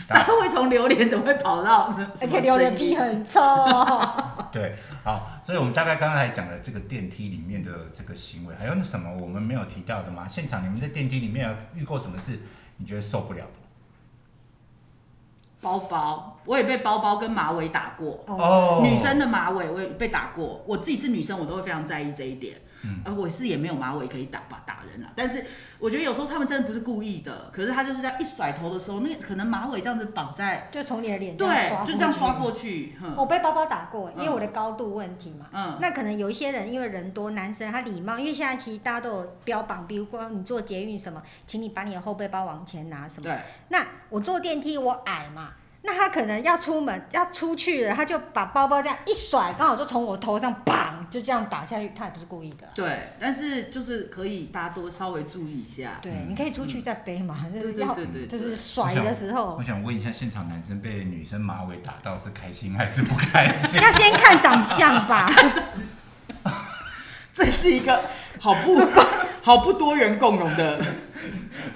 B: 它会从榴莲怎么会跑到？
C: 而且榴莲皮很臭、哦。
A: 对，好，所以我们大概刚才讲了这个电梯里面的这个行为，还有那什么我们没有提到的吗？现场你们在电梯里面有遇过什么事？你觉得受不了的？
B: 包包，我也被包包跟马尾打过。
A: 哦
B: 女生的马尾我也被打过，我自己是女生，我都会非常在意这一点。嗯，而我是也没有马尾可以打吧打人啊啦，但是我觉得有时候他们真的不是故意的，可是他就是在一甩头的时候，那个可能马尾这样子绑在，
C: 就从你的脸
B: 对，就这样刷
C: 去
B: 过去，哦哼，
C: 我被包包打过，因为
B: 嗯
C: 我的高度问题嘛。
B: 嗯
C: 那可能有一些人因为人多，男生他礼貌，因为现在其实大家都有标榜，比如说你坐捷运什么，请你把你的后背包往前拿什么。
B: 对，
C: 那我坐电梯，我矮嘛。那他可能要出门要出去了，他就把包包这样一甩，刚好就从我头上砰就这样打下去，他也不是故意的。
B: 对，但是就是可以大家多稍微注意一下，
C: 对，
A: 嗯
C: 你可以出去再背嘛，就
B: 对
C: 是
B: 对
C: 要
B: 对对，
C: 就
B: 对
C: 是甩的时候
B: 哦
A: 我想问一下，现场男生被女生马尾打到是开心还是不开 心？
C: 要先看长相 吧。
B: 嗯这是一个好不 好不多元共融的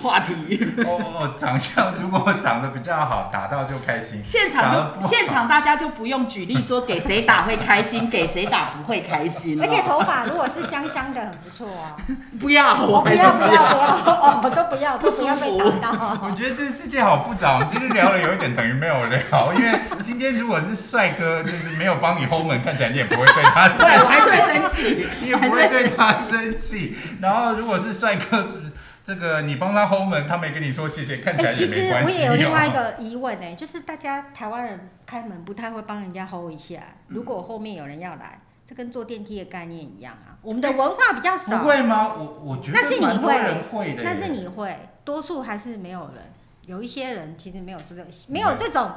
B: 话题。
A: 哦哦，长相如果长得比较好，打到就开心。
B: 现
A: 打得
B: 场
A: 不好
B: 就 现场大家就不用举例说给谁打会开心，给谁打不会开心了，
C: 而且头发如果是香香的，很不错啊。
B: 不要我
C: 不
B: 还是
C: 要不要不要，哦，我都不要，都不要被
B: 不舒服
C: 打到。
A: 我觉得这个世界好复杂，我们今天聊了有一点等于没有聊，因为今天如果是帅哥，就是没有帮你轰门，看起来你也不会对他
B: 对我
A: 生，
B: 还是会生气，
A: 你也不会对他生气。然后如果是帅哥，这个你帮他轰门，他没跟你说谢谢， 看起来
C: 哎，其
A: 也
C: 实
A: 没关
C: 我
A: 系、哦。
C: 也有另外一个疑问哎、就是大家台湾人开门不太会帮人家 hold 一下，
A: 嗯
C: 如果后面有人要来，这跟坐电梯的概念一样啊。我们的文化比较少，
A: 不会吗？我我觉得
C: 那是你
A: 蛮多
C: 会
A: 人会的耶，
C: 但是你会，多数还是没有人，有一些人其实没有这个
A: 嗯
C: 没有这种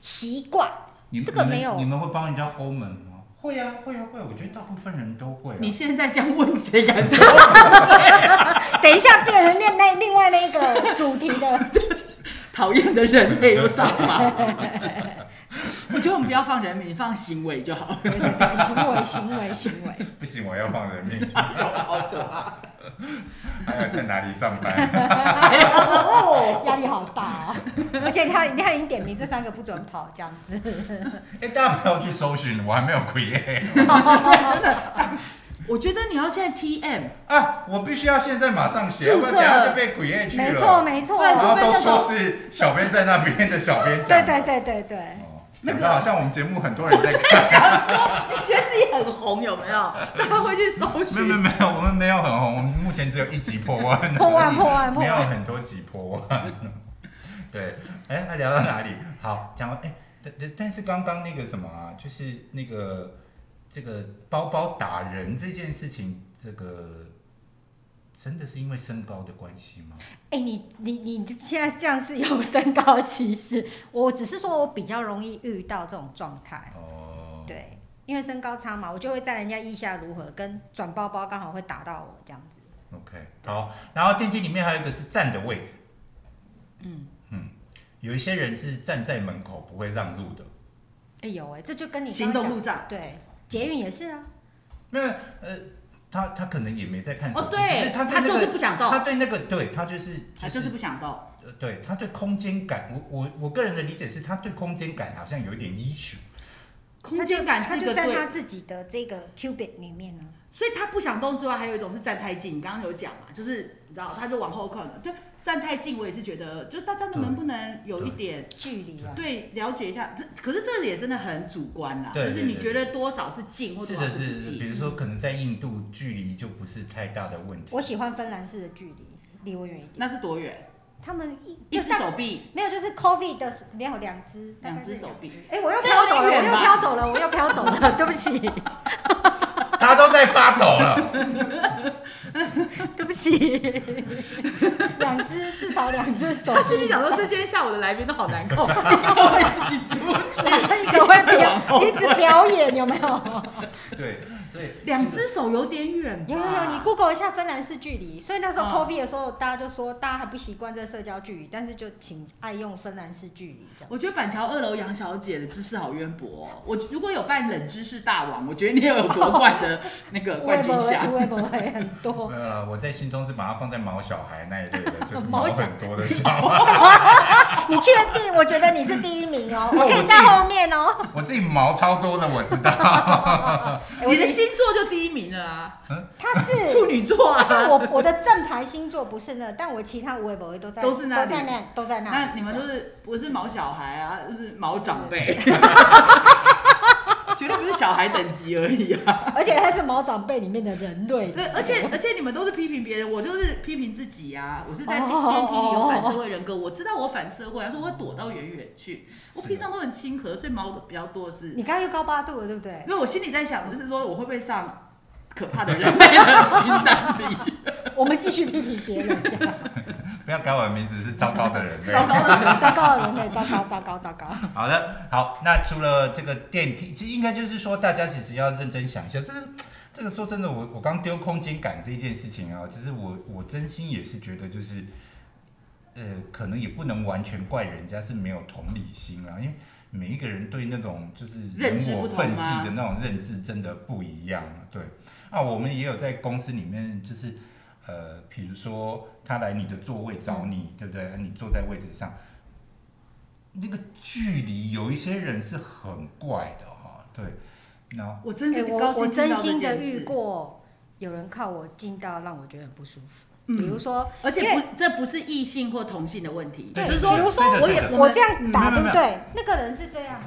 C: 习惯。
A: 你
C: 这个没有
A: 你们你们会帮人家轰门吗？会啊，会啊，会啊！我觉得大部分人都会、啊。
B: 你现在这样问谁敢说？
C: 等一下变成另那另外那个主题的，
B: 讨厌的人类又上马。 我觉得我们不要放人名，放行为就好。
C: 对对对行为行为行为，
A: 不行，我要放人命，
B: 好可怕！
A: 还要在哪里上班？
C: 压力好大哦。而且他他已经点名这三个不准跑这样子。
A: 哎、大家不要去搜寻，我还没有 create
B: 我觉得你要现在 TM，
A: 啊！我必须要现在马上写，
B: 注册
A: 不然等下就被 create 去了。
C: 没错，没错，
B: 然
A: 哦然后
B: 就被
A: 都
B: 那种
A: 说是小编在那边 的小编
C: 对
A: 讲。
C: 对对对对，
A: 哦。那个好像我们节目很多人在看，
B: 你觉得自己很红有没有？大家会去搜
A: 没有没有
B: 寻。
A: 没有，我们没有很红，我们目前只有一集破万 而已，
C: 破万破万破
A: 没有
C: 万
A: 很多集破万。 对，哎，还聊到哪里？好，讲完哎，但但但是刚刚那个什么啊，就是那个这个包包打人这件事情，这个真的是因为身高的关系吗？
C: 哎、你你你现在这样是有身高歧视， 我只是说我比较容易遇到这种状态，
A: 哦，
C: 对，因为身高差嘛，我就会在人家意下如何跟转包包刚好会打到我这样子，
A: OK，好，然后电梯里面还有一个是站的位置。嗯
B: 嗯
A: 有一些人是站在门口不会让路的。
C: 哎、有哎、这就跟你刚
B: 行
C: 刚
B: 动
C: 讲
B: 路障，
C: 对，捷运也是啊，
A: 那呃，他他可能也没在看手
B: 哦，
A: 机，只
B: 对，
A: 是他对
B: 他
A: 那
B: 就是
A: 个
B: 不想
A: 他
B: 动，
A: 对那个对他就是
B: 他啊就是不想动。
A: 呃，对他对空间感，我我我个人的理解是，他对空间感好像有一点 issue。
B: 空间感
C: 他
B: 是一
C: 就
B: 个
C: 在
B: 对，
C: 他自己的这个 cubic 里面呢、啊。
B: 所以他不想动之外，还有一种是站太近。你刚刚有讲嘛，就是你知道，他就往后靠了，就站太近。我也是觉得，就大家
A: 对
B: 能不能有一点
C: 距离啊，
B: 对了解一下？这可是这也真的很主观啦，
A: 对
B: 就是你
A: 对对
B: 觉得多少是近或
A: 是
B: 多少
A: 的，
B: 是不
A: 是的，比
B: 近。
A: 如说可能在印度距离就不是太大的问题。
C: 我喜欢芬兰式的距离，离我远一点。
B: 那是多远？
C: 他们一
B: 一
C: 就
B: 只
C: 大
B: 手臂，
C: 没有，就是 COVID 的时没有两只，大概
B: 两
C: 是
B: 只手臂。
C: 两。哎，我又飘走
B: 这有
C: 了，我
B: 点
C: 又
B: 远吧
C: 飘走了，我又飘走 了，对不起，
A: 他都在发抖了，
C: 对不 起，两只至少两只手
B: 他
C: 臂。
B: 心里想说，这今天下午的来宾都好难控，会自己出去。
C: 一个会表一直表演有没有？
A: 对，所以
B: 两只手有点远吧，
C: 有有有，你 Google 一下芬兰式距离。所以那时候
B: 嗯
C: COVID 的时候，大家就说大家还不习惯这社交距离，但是就请爱用芬兰式距离 这样。
B: 我觉得板桥二楼杨小姐的知识好渊博、哦。我如果有办冷知识大王，我觉得你也有夺冠的那个冠军
C: 会
B: 奖。
C: 不会不会很多？
A: 没有了。我在心中是把它放在毛小孩那一类的，就是毛
C: 毛小孩
A: 很多的小孩。
C: 你确定？我觉得你是第一名哦，
A: 那
C: 我
A: 我
C: 可以
A: 自己
C: 在后面哦。
A: 我自己毛超多的，我知道。
C: 哎我
B: 你的星座就第一名了啊，
C: 他
B: 处
C: 是。
B: 女座
C: 但
B: 啊。
C: 我我的正牌星座不是那，但我其他我也不会都在，
B: 都是那里
C: 都在那，都在那里。
B: 那你们都是不是毛小孩啊，就是毛长辈，绝对不是小孩等级而已 啊。
C: 而且他是毛长辈里面的 人类。
B: 对，而且而且你们都是批评别人，我就是批评自己啊。我是在电
C: 哦
B: 梯里有反社会人格，我知道我反社会啊，所以我躲到远远去。我
A: 是
B: 平常都很亲和，所以毛比较多的是
C: 你刚刚又高八度了，对 不对？
B: 因为我心里在想，就是说我会不会上可怕的 人类的清单里？
C: 我们继续批评别人，这样
A: 不要改我的名字，是糟糕的人类。
B: 糟糕的人，
C: 糟糕的人类，糟糕糟糕糟糕。
A: 好的，好，那除了这个电梯，其实应该就是说，大家其实要认真想一下，这个这个说真的，我我刚丢空间感这一件事情啊，其实我我真心也是觉得就是，呃，可能也不能完全怪人家是没有同理心啊啦，因为每一个人对那种就是
B: 认
A: 人
B: 知不
A: 我
B: 同
A: 奋
B: 吗
A: 际的那种认知真的不一样，对。啊，我们也有在公司里面就是。呃，比如说他来你的座位找你，对不对？你坐在位置上，那个距离有一些人是很怪的哈、对，那
B: 我 真是
C: 哎
B: 高
C: 我
B: 兴、
C: 我真心的遇，过有人靠我近到让我觉得很不舒服，比如
B: 嗯，
C: 说
B: 而且
C: 因
B: 不，这不是异性或同性的问题，
A: 对
B: 就
A: 对
B: 是说
A: 对
C: 比如
A: 对
C: 说
A: 的
C: 我
A: 对
C: 也
A: 的
C: 我这样打，
A: 嗯没有没
C: 对不
A: 有
C: 对？那个人是这样，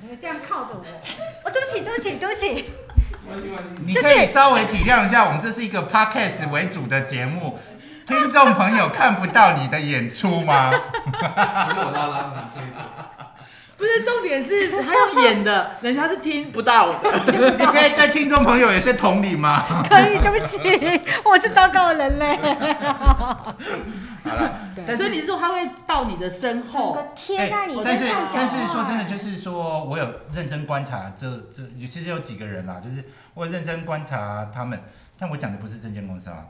C: 整个这样靠着我。哦，对不起，对不起，对不起，
D: 关机关机。
A: 你
C: 就是
A: 可以稍微体谅一下，我们这是一个 podcast 为主的节目，听众朋友看不到你的演出 吗？
D: 不是我拉拉，你可以走。
B: 不是重点是他要演的，人家是听不到的。
A: 你可以对听众朋友有些同理吗？
C: 可以，对不起，我是糟糕的人类，
A: 好了，但
B: 所
A: 是
B: 以你是说他会到你的身
C: 整个
B: 后，
C: 贴在你
A: 哎但是
C: 身上
A: 哦但
C: 讲
A: 是说真的，就
C: 话。
A: 是说我有认真观察这这，其实有几个人啦，就是我有认真观察他们，但我讲的不是证券公司啊。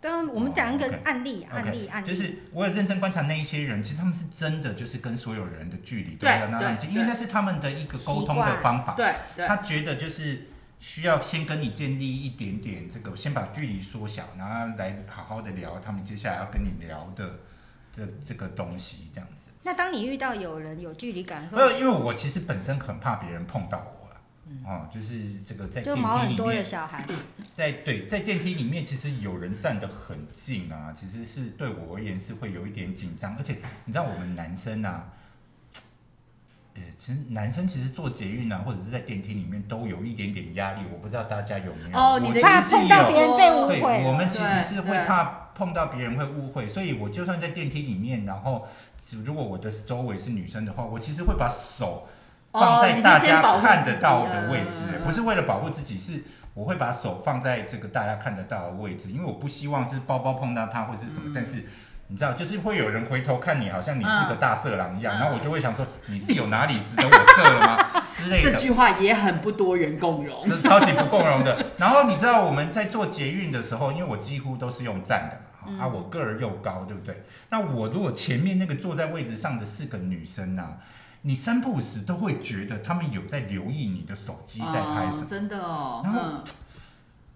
C: 当然，我们讲一个
A: OK，
C: 案例，案
A: OK，
C: 例，案例，
A: 就是我有认真观察那一些人，其实他们是真的就是跟所有人的距离都
B: 对
A: 要拉很近，
B: 对
A: 因为那是他们的一个沟通
C: 习
A: 的
C: 惯
A: 方法。
B: 对对，
A: 他觉得就是需要先跟你建立一点点这个，先把距离缩小，然后来好好的聊他们接下来要跟你聊的这这个东西，这样子。
C: 那当你遇到有人有距离感的时候，
A: 呃，因为我其实本身很怕别人碰到我了，
B: 嗯
A: 哦，就是这个在电
C: 就毛很
A: 梯里
C: 多的
A: 面，
C: 小孩，
A: 在对在电梯里面，其实有人站得很近啊，其实是对我而言是会有一点紧张，而且你知道我们男生啊，呃，其实男生其实坐捷运啊，或者是在电梯里面都有一点点压力，我不知道大家有没有？
B: 哦
A: 我
B: 你的
A: 其
C: 怕
A: 实是
C: 碰
A: 有
C: 到别人被误
A: 对，
C: 会。
A: 我们其实
B: 对
A: 是会
B: 对
A: 怕碰到别人会误会，所以我就算在电梯里面，然后如果我的周围是女生的话，我其实会把手放
B: 哦，
A: 在
B: 你是
A: 大
B: 先保
A: 家
B: 护
A: 看
B: 自
A: 得
B: 己
A: 到的位置，
B: 嗯
A: 不是为了保护自己，是我会把手放在这个大家看得到的位置，因为我不希望是包包碰到他或是什么，
B: 嗯
A: 但是。你知道，就是会有人回头看你，好像你是个大色狼一样，
B: 嗯嗯
A: 然后我就会想说，你是有哪里值得我射了 吗之类的
B: 这。句话也很不多元共融。
A: 是超级不共融的。然后你知道我们在做捷运的时候，因为我几乎都是用站的嘛，
B: 嗯
A: 啊，我个儿又高，对不对？那我如果前面那个坐在位置上的是个女生啊，你三不五时都会觉得他们有在留意你的手机在拍什
B: 哦
A: 么。
B: 真的哦，
A: 然后
B: 嗯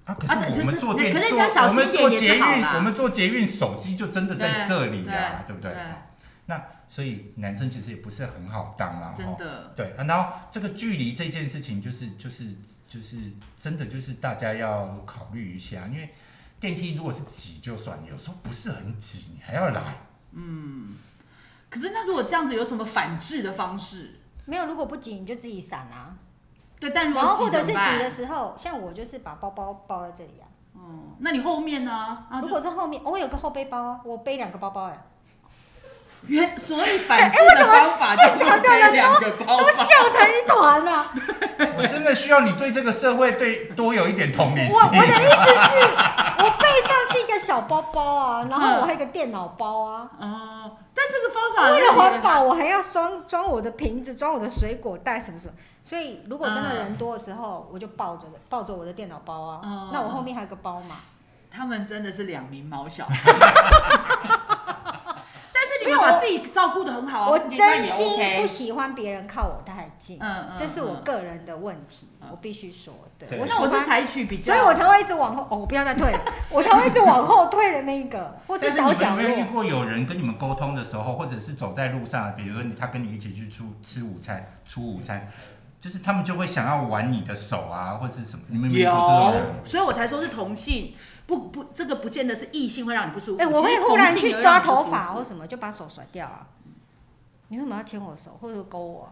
A: 啊，可
B: 啊对
A: 是我
B: 就
A: 们
B: 就
A: 做
B: 对
A: 电，
B: 可是
A: 做
B: 你要小
A: 我
B: 心
A: 们
B: 一点
A: 做
B: 也是
A: 捷
B: 好
A: 运，
B: 啦
A: 我们做捷运，手机就真的在
B: 对
A: 这里啊，对不对
B: 对？
A: 哦那所以男生其实也不是很好当啦，哦
B: 真的，
A: 对、啊，然后这个距离这件事情、就是，就是就是真的就是大家要考虑一下，因为电梯如果是挤就算，有时候不是很挤，你还要 来。
B: 可是那如果这样子有什么反制的方式？
C: 没有，如果不挤你就自己闪 啊。
B: 对，但如
C: 然
B: 果
C: 哦后或者是
B: 怎么办
C: 挤的时候，像我就是把包包包在这里啊。
B: 嗯，那你后面呢？啊，
C: 如
B: 就
C: 果是后面，我有个后背包啊，我背两个包包哎、
B: 原所以反制的方法
C: 哎
B: 就是背两个
A: 哦
B: 包
C: 都
B: 包。
C: 笑成一 团了、啊。
A: 我真的需要你对这个社会对多有一点同理
C: 我
A: 心。
C: 我的意思是，我背上是一个小包包啊，然后我还有一个电脑包啊。
B: 哦，但这个方法
C: 为了环保，我还要装装我的瓶子，装我的水果袋什么什么。所以如果真的人多的时候，我就抱着抱着我的电脑包啊。
B: 嗯
C: 那我后面还有个包嘛。
B: 他们真的是两名毛小 孩。但是你们把自己照顾的很好啊，
C: 我
B: 你那
C: 真
B: 也
C: 心
B: OK
C: 不喜欢别人靠我太近，
B: 嗯嗯，
C: 这是我
B: 嗯
C: 个人的问题，
B: 嗯
C: 我必须说。对，
A: 对
C: 我喜
B: 那我是
C: 欢。
B: 采取比较，
C: 所以我才会一直往后，哦，我不要 再退了，我才会一直往后退的那一个，或
A: 但是你们
C: 找
A: 有
C: 角
A: 没有遇
C: 落。
A: 过有人跟你们沟通的时候，或者是走在路上，比如说你他跟你一起去出吃午餐、出午餐，就是他们就会想要玩你的手啊，或是什么？你们有没有遇过这种人
B: 有，？所以我才说是同性，不不，这个不见得是异性会让你不舒服。
C: 哎，我
B: 其
C: 会
B: 实
C: 忽然
B: 同性
C: 去
B: 也会
C: 抓
B: 让你不
C: 头
B: 舒
C: 发
B: 服
C: 或什么，就把手甩掉啊。你为什么要牵我手或者勾我啊？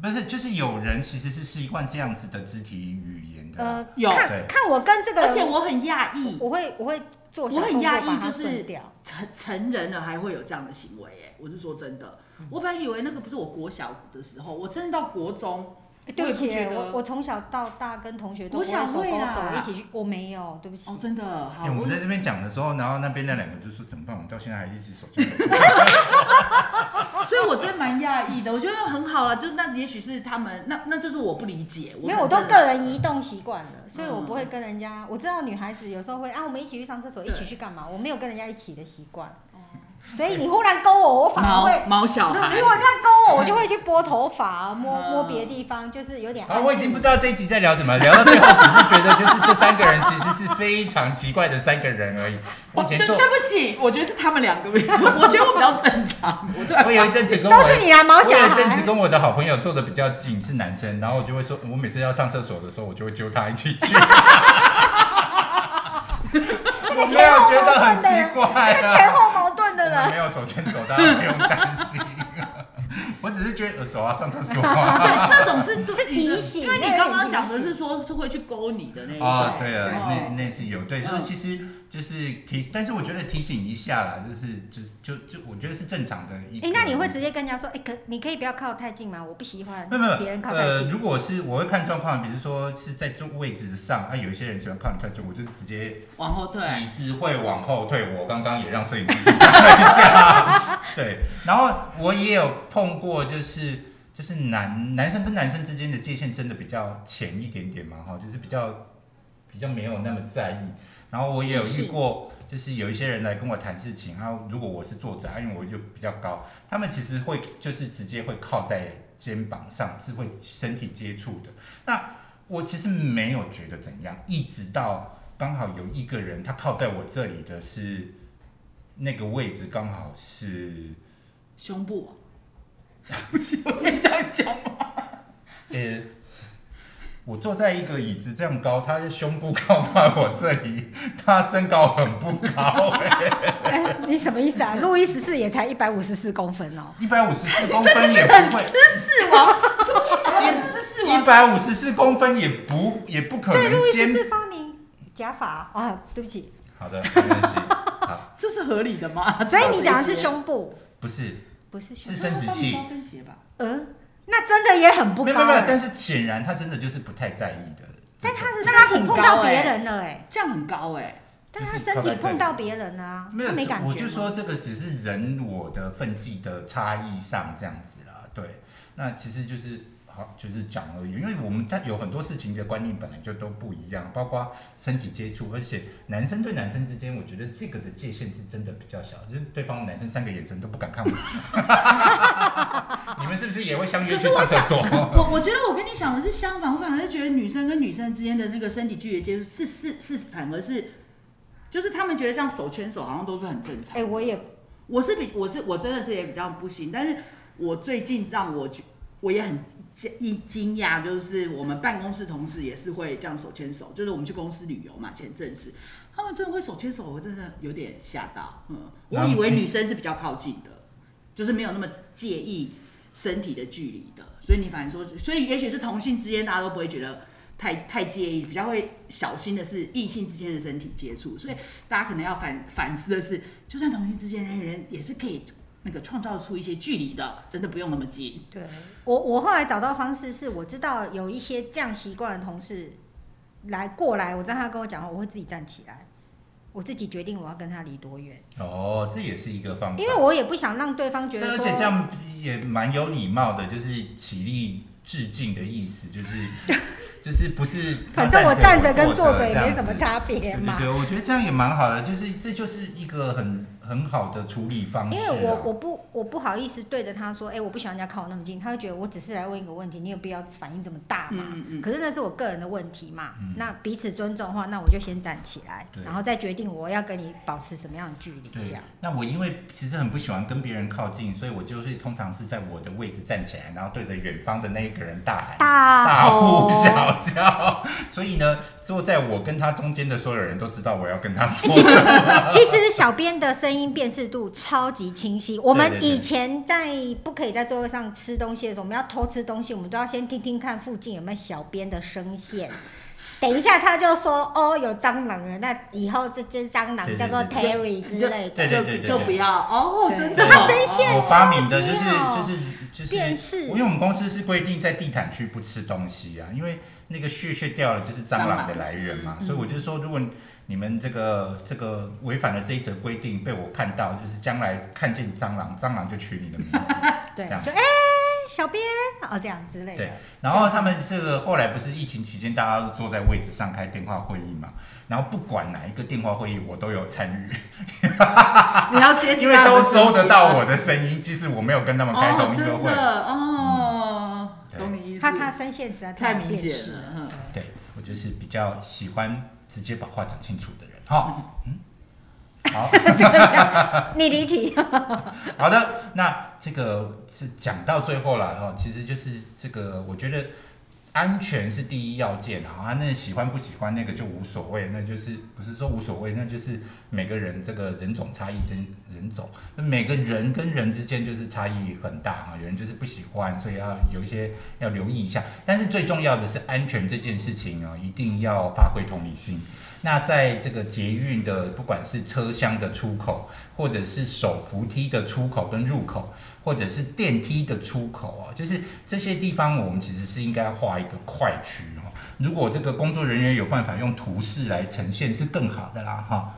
A: 不是，就是有人其实是习惯这样子的肢体语言的啦。啊
C: 呃，
B: 啊有
A: 对
C: 看看我跟这个，
B: 而且我很讶异，
C: 我会我会做小
B: 我很
C: 动作
B: 讶异
C: 把它
B: 就是
C: 顺掉。
B: 成成人了还会有这样的行为、哎，我是说真的，
C: 嗯
B: 我本来以为那个不是我国小的时候，我真的到国中，
C: 哎对不起
B: 我也不觉，得
C: 我我从小到大跟同学都
B: 我
C: 不会
B: 想
C: 手
B: 会
C: 勾手
B: 啦
C: 一起去，我没有，对不起
B: 哦，。真的
C: 啊
B: 好，
A: 哎我
B: 我
A: 们在这边讲的时候，然后那边那两个就说怎么办？我们到现在还一直手 机。
B: 所以我真的蛮讶异的，我觉得很好了，就是那也许是他们，那那就是我不理解，
C: 没有，我都
B: 真的
C: 个人移动习惯了，所以我
B: 嗯
C: 不会跟人家。我知道女孩子有时候会啊，我们一起去上厕所，一
B: 对哦
C: 起去干嘛？我没有跟人家一起的习惯，所以你忽然勾我，我反而
B: 毛
C: 哦会。
B: 毛小
C: 如
B: 孩
C: 如，果这样勾我，我就会去拨头发，啊摸
B: 嗯
C: 摸别的地方，就是有点暗
A: 啊，
C: 示。
A: 我已经不知道这一集在聊什么，聊到最后只是觉得就是这三个人其实是非常奇怪的三个人 而已。我
B: 哦
A: 以
B: 对
A: 前
B: 对
A: 做，
B: 不起，我觉得是他们两个， 我觉得我比较正常，我对
A: 我有一阵子跟我
C: 啊 都是你啦，毛
A: 我
C: 小
A: 有一阵子
C: 孩。
A: 跟我的好朋友坐的比较近，是男生，然后我就会说，我每次要上厕所的时候，我就会揪他一起 去。
C: 这
A: 我
C: 个
A: 没
C: 前
A: 有
C: 后
A: 觉
C: 矛
A: 得很
C: 盾的
A: 奇
C: 人，
A: 怪
C: 这个前
A: 啊。
C: 后矛盾的
A: 我
C: 人
A: 没。有手牵手，大家不用担心。 我只是觉得，呃走啊，上厕所啊。
B: 对，这种是
C: 是提醒
B: 因为
C: 那
B: 你
C: 个
B: 刚
C: 有
B: 刚
C: 提
B: 讲的
C: 醒
B: 是说是会去勾你的那一种，
A: 啊，对啊，
B: 对
A: 那那是有对，就是
B: 嗯
A: 其实就是提，但是我觉得提醒一下啦，就是就是就就我觉得是正常的一个。
C: 哎、那你会直接跟人家说，哎、可你可以不要靠太近吗？我不喜欢
A: 没有没
C: 别人
A: 有
C: 靠太
A: 呃，
C: 近。
A: 如果是我会看状况，比如说是在坐位置上，啊，有一些人喜欢靠你太近，我就直接
B: 往后退，
A: 椅子会往后退，我刚刚也让摄影师看了一下。对，然后我也有碰过，就是就是男男生跟男生之间的界限真的比较浅一点点嘛，哈，就是比较比较没有那么在意。然后我也有遇过，就是有一些人来跟我谈事情，然后如果我是坐着，啊因为我就比较高，他们其实会就是直接会靠在肩膀上，是会身体接触的。那我其实没有觉得怎样，一直到刚好有一个人他靠在我这里的是那个位置，刚好是
B: 胸部、对不起，我可以这样讲吗？
A: 呃，我坐在一个椅子这样高，他的胸部靠在我这里，他身高很不高、
C: 哎、 你什么 意思啊？路易十四也才一百五十四公分哦。
A: 一百五十四公分也不会，
B: 是吗？是是
A: 一百五十四公分也不也不可
C: 所以路
A: 能
C: 易十
A: 肩。
C: 四发明假发啊啊，对不起。
A: 好的，没关系。好，
B: 这是合理的吗？
C: 所以你讲的是胸部，
A: 不是
C: 不是胸
A: 是。生殖器
B: 高跟鞋吧？
C: 嗯、那真的也很不
A: 没
C: 高、
A: 有没有没有，
C: 哎
A: 但是显然他真的就是不太在意的。
C: 但他的
B: 那他
C: 身
B: 很
C: 体碰
B: 高
C: 到
B: 哎
C: 别人了哎、
B: 这样很高哎、
C: 但
A: 欸就是
C: 他
A: 靠
C: 身
A: 在
C: 体
A: 这
C: 碰
A: 里
C: 到别人啊，
A: 没有
C: 他没感觉吗。
A: 我就说这个只是人我的分际的差异上这样子啦。对，那其实就是好就是讲而已，因为我们在有很多事情的观念本来就都不一样，包括身体接触，而且男生对男生之间，我觉得这个的界限是真的比较小，就是对方男生三个眼神都不敢看我。你们是不是也会相约
B: 可
A: 去
B: 是我
A: 上厕所？
B: 我我觉得我跟你想的是相反，我反而觉得女生跟女生之间的那个身体距离接触是是是，反而是，就是他们觉得这样手牵手好像都是很正常。
C: 哎、我也
B: 我是比我是我真的是也比较不行，但是我最近让我觉我也很惊一惊讶，就是我们办公室同事也是会这样手牵手，就是我们去公司旅游嘛，前阵子他们真的会手牵手，我真的有点吓到，嗯，我以为女生是比较靠近的，就是没有那么介意身体的距离的，所以你反而说，所以也许是同性之间大家都不会觉得。太太介意，比较会小心的是异性之间的身体接触，所以大家可能要反反思的是，就算同性之间人与人也是可以那个创造出一些距离的，真的不用那么近。
C: 对我，我后来找到方式是，我知道有一些这样习惯的同事来过来，我让他跟我讲话，我会自己站起来，我自己决定我要跟他离多远，
A: 哦，这也是一个方法，
C: 因为我也不想让对方觉
A: 这
C: 得
A: 而
C: 说
A: 且这样也蛮有礼貌的，就是起立致敬的意思， 就是就是不是
C: 反正我站着跟坐着也
A: 这样
C: 没
A: 子
C: 什么差别
A: 对对
C: 嘛。
A: 对，我觉得这样也蛮好的，就是这就是一个很很好的处理方式、
C: 因
A: 啊。
C: 为我我不我不好意思对着他说，哎、我不喜欢人家靠我那么近，他会觉得我只是来问一个问题，你有必要反应这么大吗？
B: 嗯嗯嗯，
C: 可是那是我个人的问题嘛，
A: 嗯
C: 那彼此尊重的话，那我就先站起来，
A: 对
C: 然后再决定我要跟你保持什么样的距离，
A: 对
C: 这样。，
A: 那我因为其实很不喜欢跟别人靠近，所以我就是通常是在我的位置站起来，然后对着远方的那一个人大喊。
C: 大
A: 大
C: 吼
A: 呼小叫， 所以呢，坐在我跟他中间的所有人都知道我要 跟他说
C: 其实
A: 什么。
C: 其实小编的声音辨识度超级清晰。我们
A: 对对
C: 以前在不可以在座位上吃东西的时候，我们要偷吃东西，我们都要先听听看附近有没有小编的声线。 等一下他就说哦有蟑螂了，那以后这只蟑螂
A: 对对
C: 叫做
A: 对
C: Terry 之类的。
A: 对对对对
B: 就就不要哦，
C: 对
B: 真的
A: 对
B: 哦，
A: 他
C: 声线
A: 我发明的就是
C: 超级哦
A: 就是就是
C: 辨识
A: 因为我们公司是规定在地毯区不吃东西啊，因为那个屑屑掉了就是蟑螂的来源嘛，
C: 蟑螂嗯
A: 所以我就说，如果你们这个这个违反了这一则规定，被我看到，就是将来看见蟑螂，蟑螂就取你的名字。
C: 对
A: 这样
C: 就哎、小编哦这样之类的
A: 对。然后他们这个后来不是疫情期间，大家都坐在位置上开电话会议嘛，然后不管哪一个电话会议，我都有参与，
B: 你要接
A: 因
B: 受
A: 为
B: 他们
A: 都
B: 的身体
A: 收得到我的声音，即使我没有跟他们开
B: 哦
A: 同，一个
B: 真
A: 会。
B: 的哦，
A: 对
B: 懂你意思。
C: 他他声线实在
B: 太
C: 好
B: 明
C: 辨
B: 显
C: 识
B: 了，嗯。
A: 对我就是比较喜欢直接把话讲清楚的人哈。嗯，好
C: 你离题，
A: 好的，那这个是讲到最后了哈，其实就是这个，我觉得安全是第一要件啊。他那喜欢不喜欢那个就无所谓，那就是不是说无所谓，那就是每个人这个人种差异真人种，那每个人跟人之间就是差异很大啊。有人就是不喜欢，所以要有一些要留意一下。但是最重要的是安全这件事情啊，一定要发挥同理心。那在这个捷运的，不管是车厢的出口，或者是手扶梯的出口跟入口，或者是电梯的出口啊，就是这些地方，我们其实是应该画一个块区哦。如果这个工作人员有办法用图示来呈现，是更好的啦哈。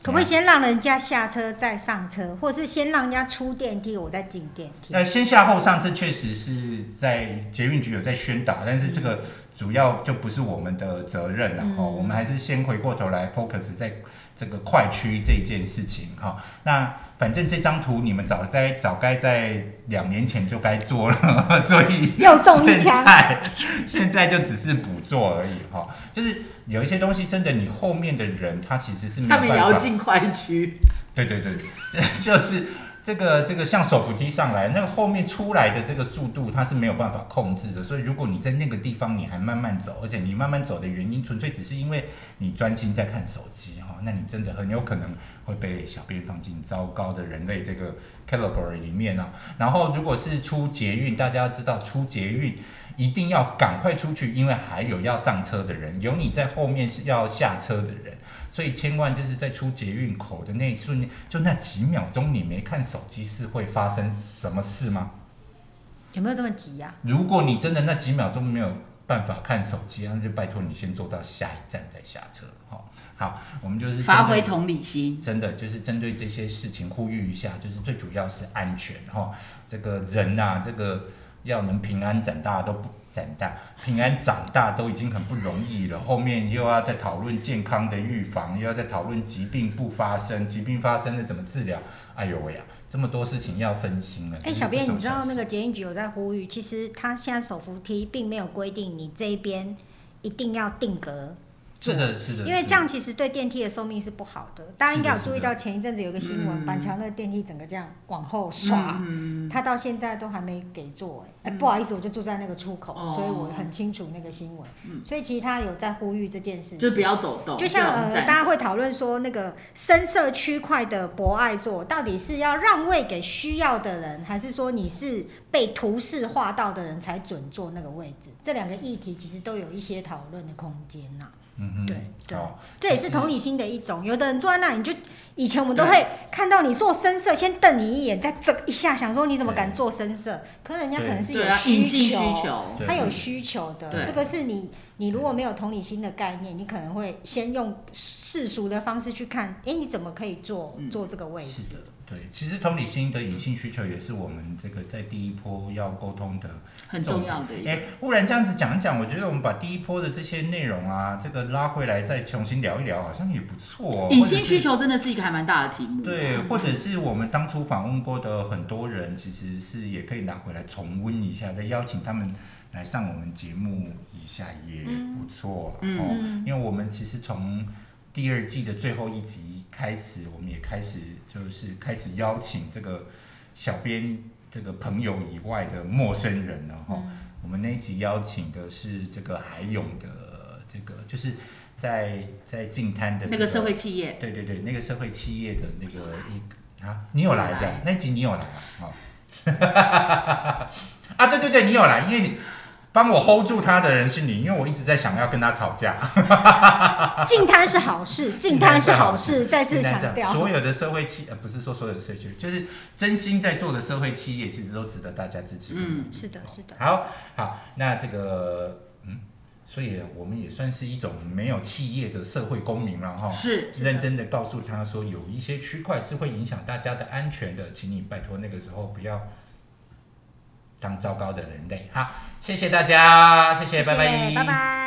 C: 可不可以先让人家下车再上
B: 嗯
C: 车，或是先让人家出电梯，我再进电梯？
A: 呃，先下后上，这确实是在捷运局有在宣导，但是这个主要就不是我们的责任了哈、
C: 嗯
A: 我们还是先回过头来 focus 在这个快区这件事情哈、那反正这张图你们早在早该在两年前就该做了， 所以
C: 又哦中一枪
A: 现。在现在就只是补做而已哈、就是有一些东西真的你后面的人他其实是没
B: 他
A: 有
B: 们
A: 办
B: 也要
A: 法
B: 进快区，
A: 对对 对，就是这个这个像手扶梯上来，那个后面出来的这个速度它是没有办法控制的，所以如果你在那个地方你还慢慢走，而且你慢慢走的原因纯粹只是因为你专心在看手机哈、那你真的很有可能会被小便放进糟糕的人类这个 category 里面啊。然后如果是出捷运，大家要知道出捷运。一定要赶快出去，因为还有要上车的人，有你在后面是要下车的人，所以千万就是在出捷运口的那一瞬间，就那几秒钟，你没看手机是会发生什么事吗？
C: 有没有这么急啊呀、
A: 如果你真的那几秒钟没有办法看手机，那就拜托你先坐到下一站再下车。好、好，我们就是
B: 发挥
A: 针对
B: 同理心。
A: 真的就是针对这些事情呼吁一下，就是最主要是安全哈、这个人呐、这个要能平安长大都不长大、平安长大都已经很不容易了，后面又要再讨论健康的预防，又要再讨论疾病不发生，疾病发生了怎么治疗？哎呦喂呀、这么多事情要分心了。
B: 嗯
C: 哎、小编，你知道那
A: 个？
C: 个捷运局有在呼吁，其实他现在手扶梯并没有规定你这一边一定要定格，
A: 是的，是的，
C: 因
A: 是
C: 为这
A: 的
C: 样其实对电梯的寿命是不好的。大家应该有注意到前一阵子有个新
B: 嗯
C: 闻，板桥那个电梯整个这样往后刷，
B: 嗯，
C: 他到现在都还没给做、哎、哎
B: 嗯
C: 不好意思，我就住在那个出口，
B: 哦
C: 所以我很清楚那个新闻。
B: 嗯
C: 所以其实他有在呼吁这件事情，
B: 就不要走动，
C: 就像
B: 不要
C: 呃，
B: 站
C: 大家会讨论说，那个深色区块的博爱座到底是要让位给需要的人，还是说你是被图示化到的人才准坐那个位置？这两个议题其实都有一些讨论的空间呐、
A: 嗯哼，
C: 对对
A: 好
C: 这也是同理心的一种。有的人坐在那里，你就以前我们都会看到你坐深色，先瞪你一眼，再这一下想说你怎么敢坐深色？可是人家可能是
B: 对
C: 有
B: 啊，
C: 需
B: 隐性需
C: 求。
B: 求，
A: 对
C: 他有需求的，
B: 对
C: 这个是你你如果没有同理心的概念，你可能会先用世俗的方式去看，诶，你怎么可以坐
B: 嗯
C: 坐这个位
A: 是
C: 置
A: 的？，对，其实同理心的隐性需求也是我们这个在第一波要沟通的
B: 很重要的一个
A: 哎，忽然这样子讲一讲，我觉得我们把第一波的这些内容啊，这个拉回来再重新聊一聊，好像也不错、哦。
B: 隐性需
A: 求。
B: 求真的是一个还蛮大的题目，
A: 对，或者是我们当初访问过的很多人，其实是也可以拿回来重温一下，再邀请他们来上我们节目一下也不错、啊。
B: 嗯
A: 哦，
C: 嗯，
A: 因为我们其实从第二季的最后一集开始，我们也开始就是开始邀请这个小编这个朋友以外的陌生人了哈、哦
B: 嗯
A: 我们那一集邀请的是这个海勇的这个，就是在在近滩的、
B: 那个社会企业，
A: 对对对，那个社会企业的那个一个啊，你有来这样，那一集你有来啊？好、 啊，对对对，你有来，因为你帮我 hold 住他的人是你，因为我一直在想要跟他吵架。
C: 进摊是好事，进摊是好事，再次
A: 应该是
C: 强
A: 这样
C: 调。
A: 所有的社会企呃，不是说所有的社会企业，就是真心在做的社会企业，其实都值得大家支持。
B: 嗯，
C: 是的，是的，
A: 好好，那这个嗯，所以我们也算是一种没有企业的社会公民了哈。
B: 是
C: 是的
A: 认真的告诉他说，有一些区块是会影响大家的安全的，请你拜托那个时候不要当糟糕的人类。好，谢谢大家，谢谢，
C: 谢谢
A: 拜拜，
C: 拜拜。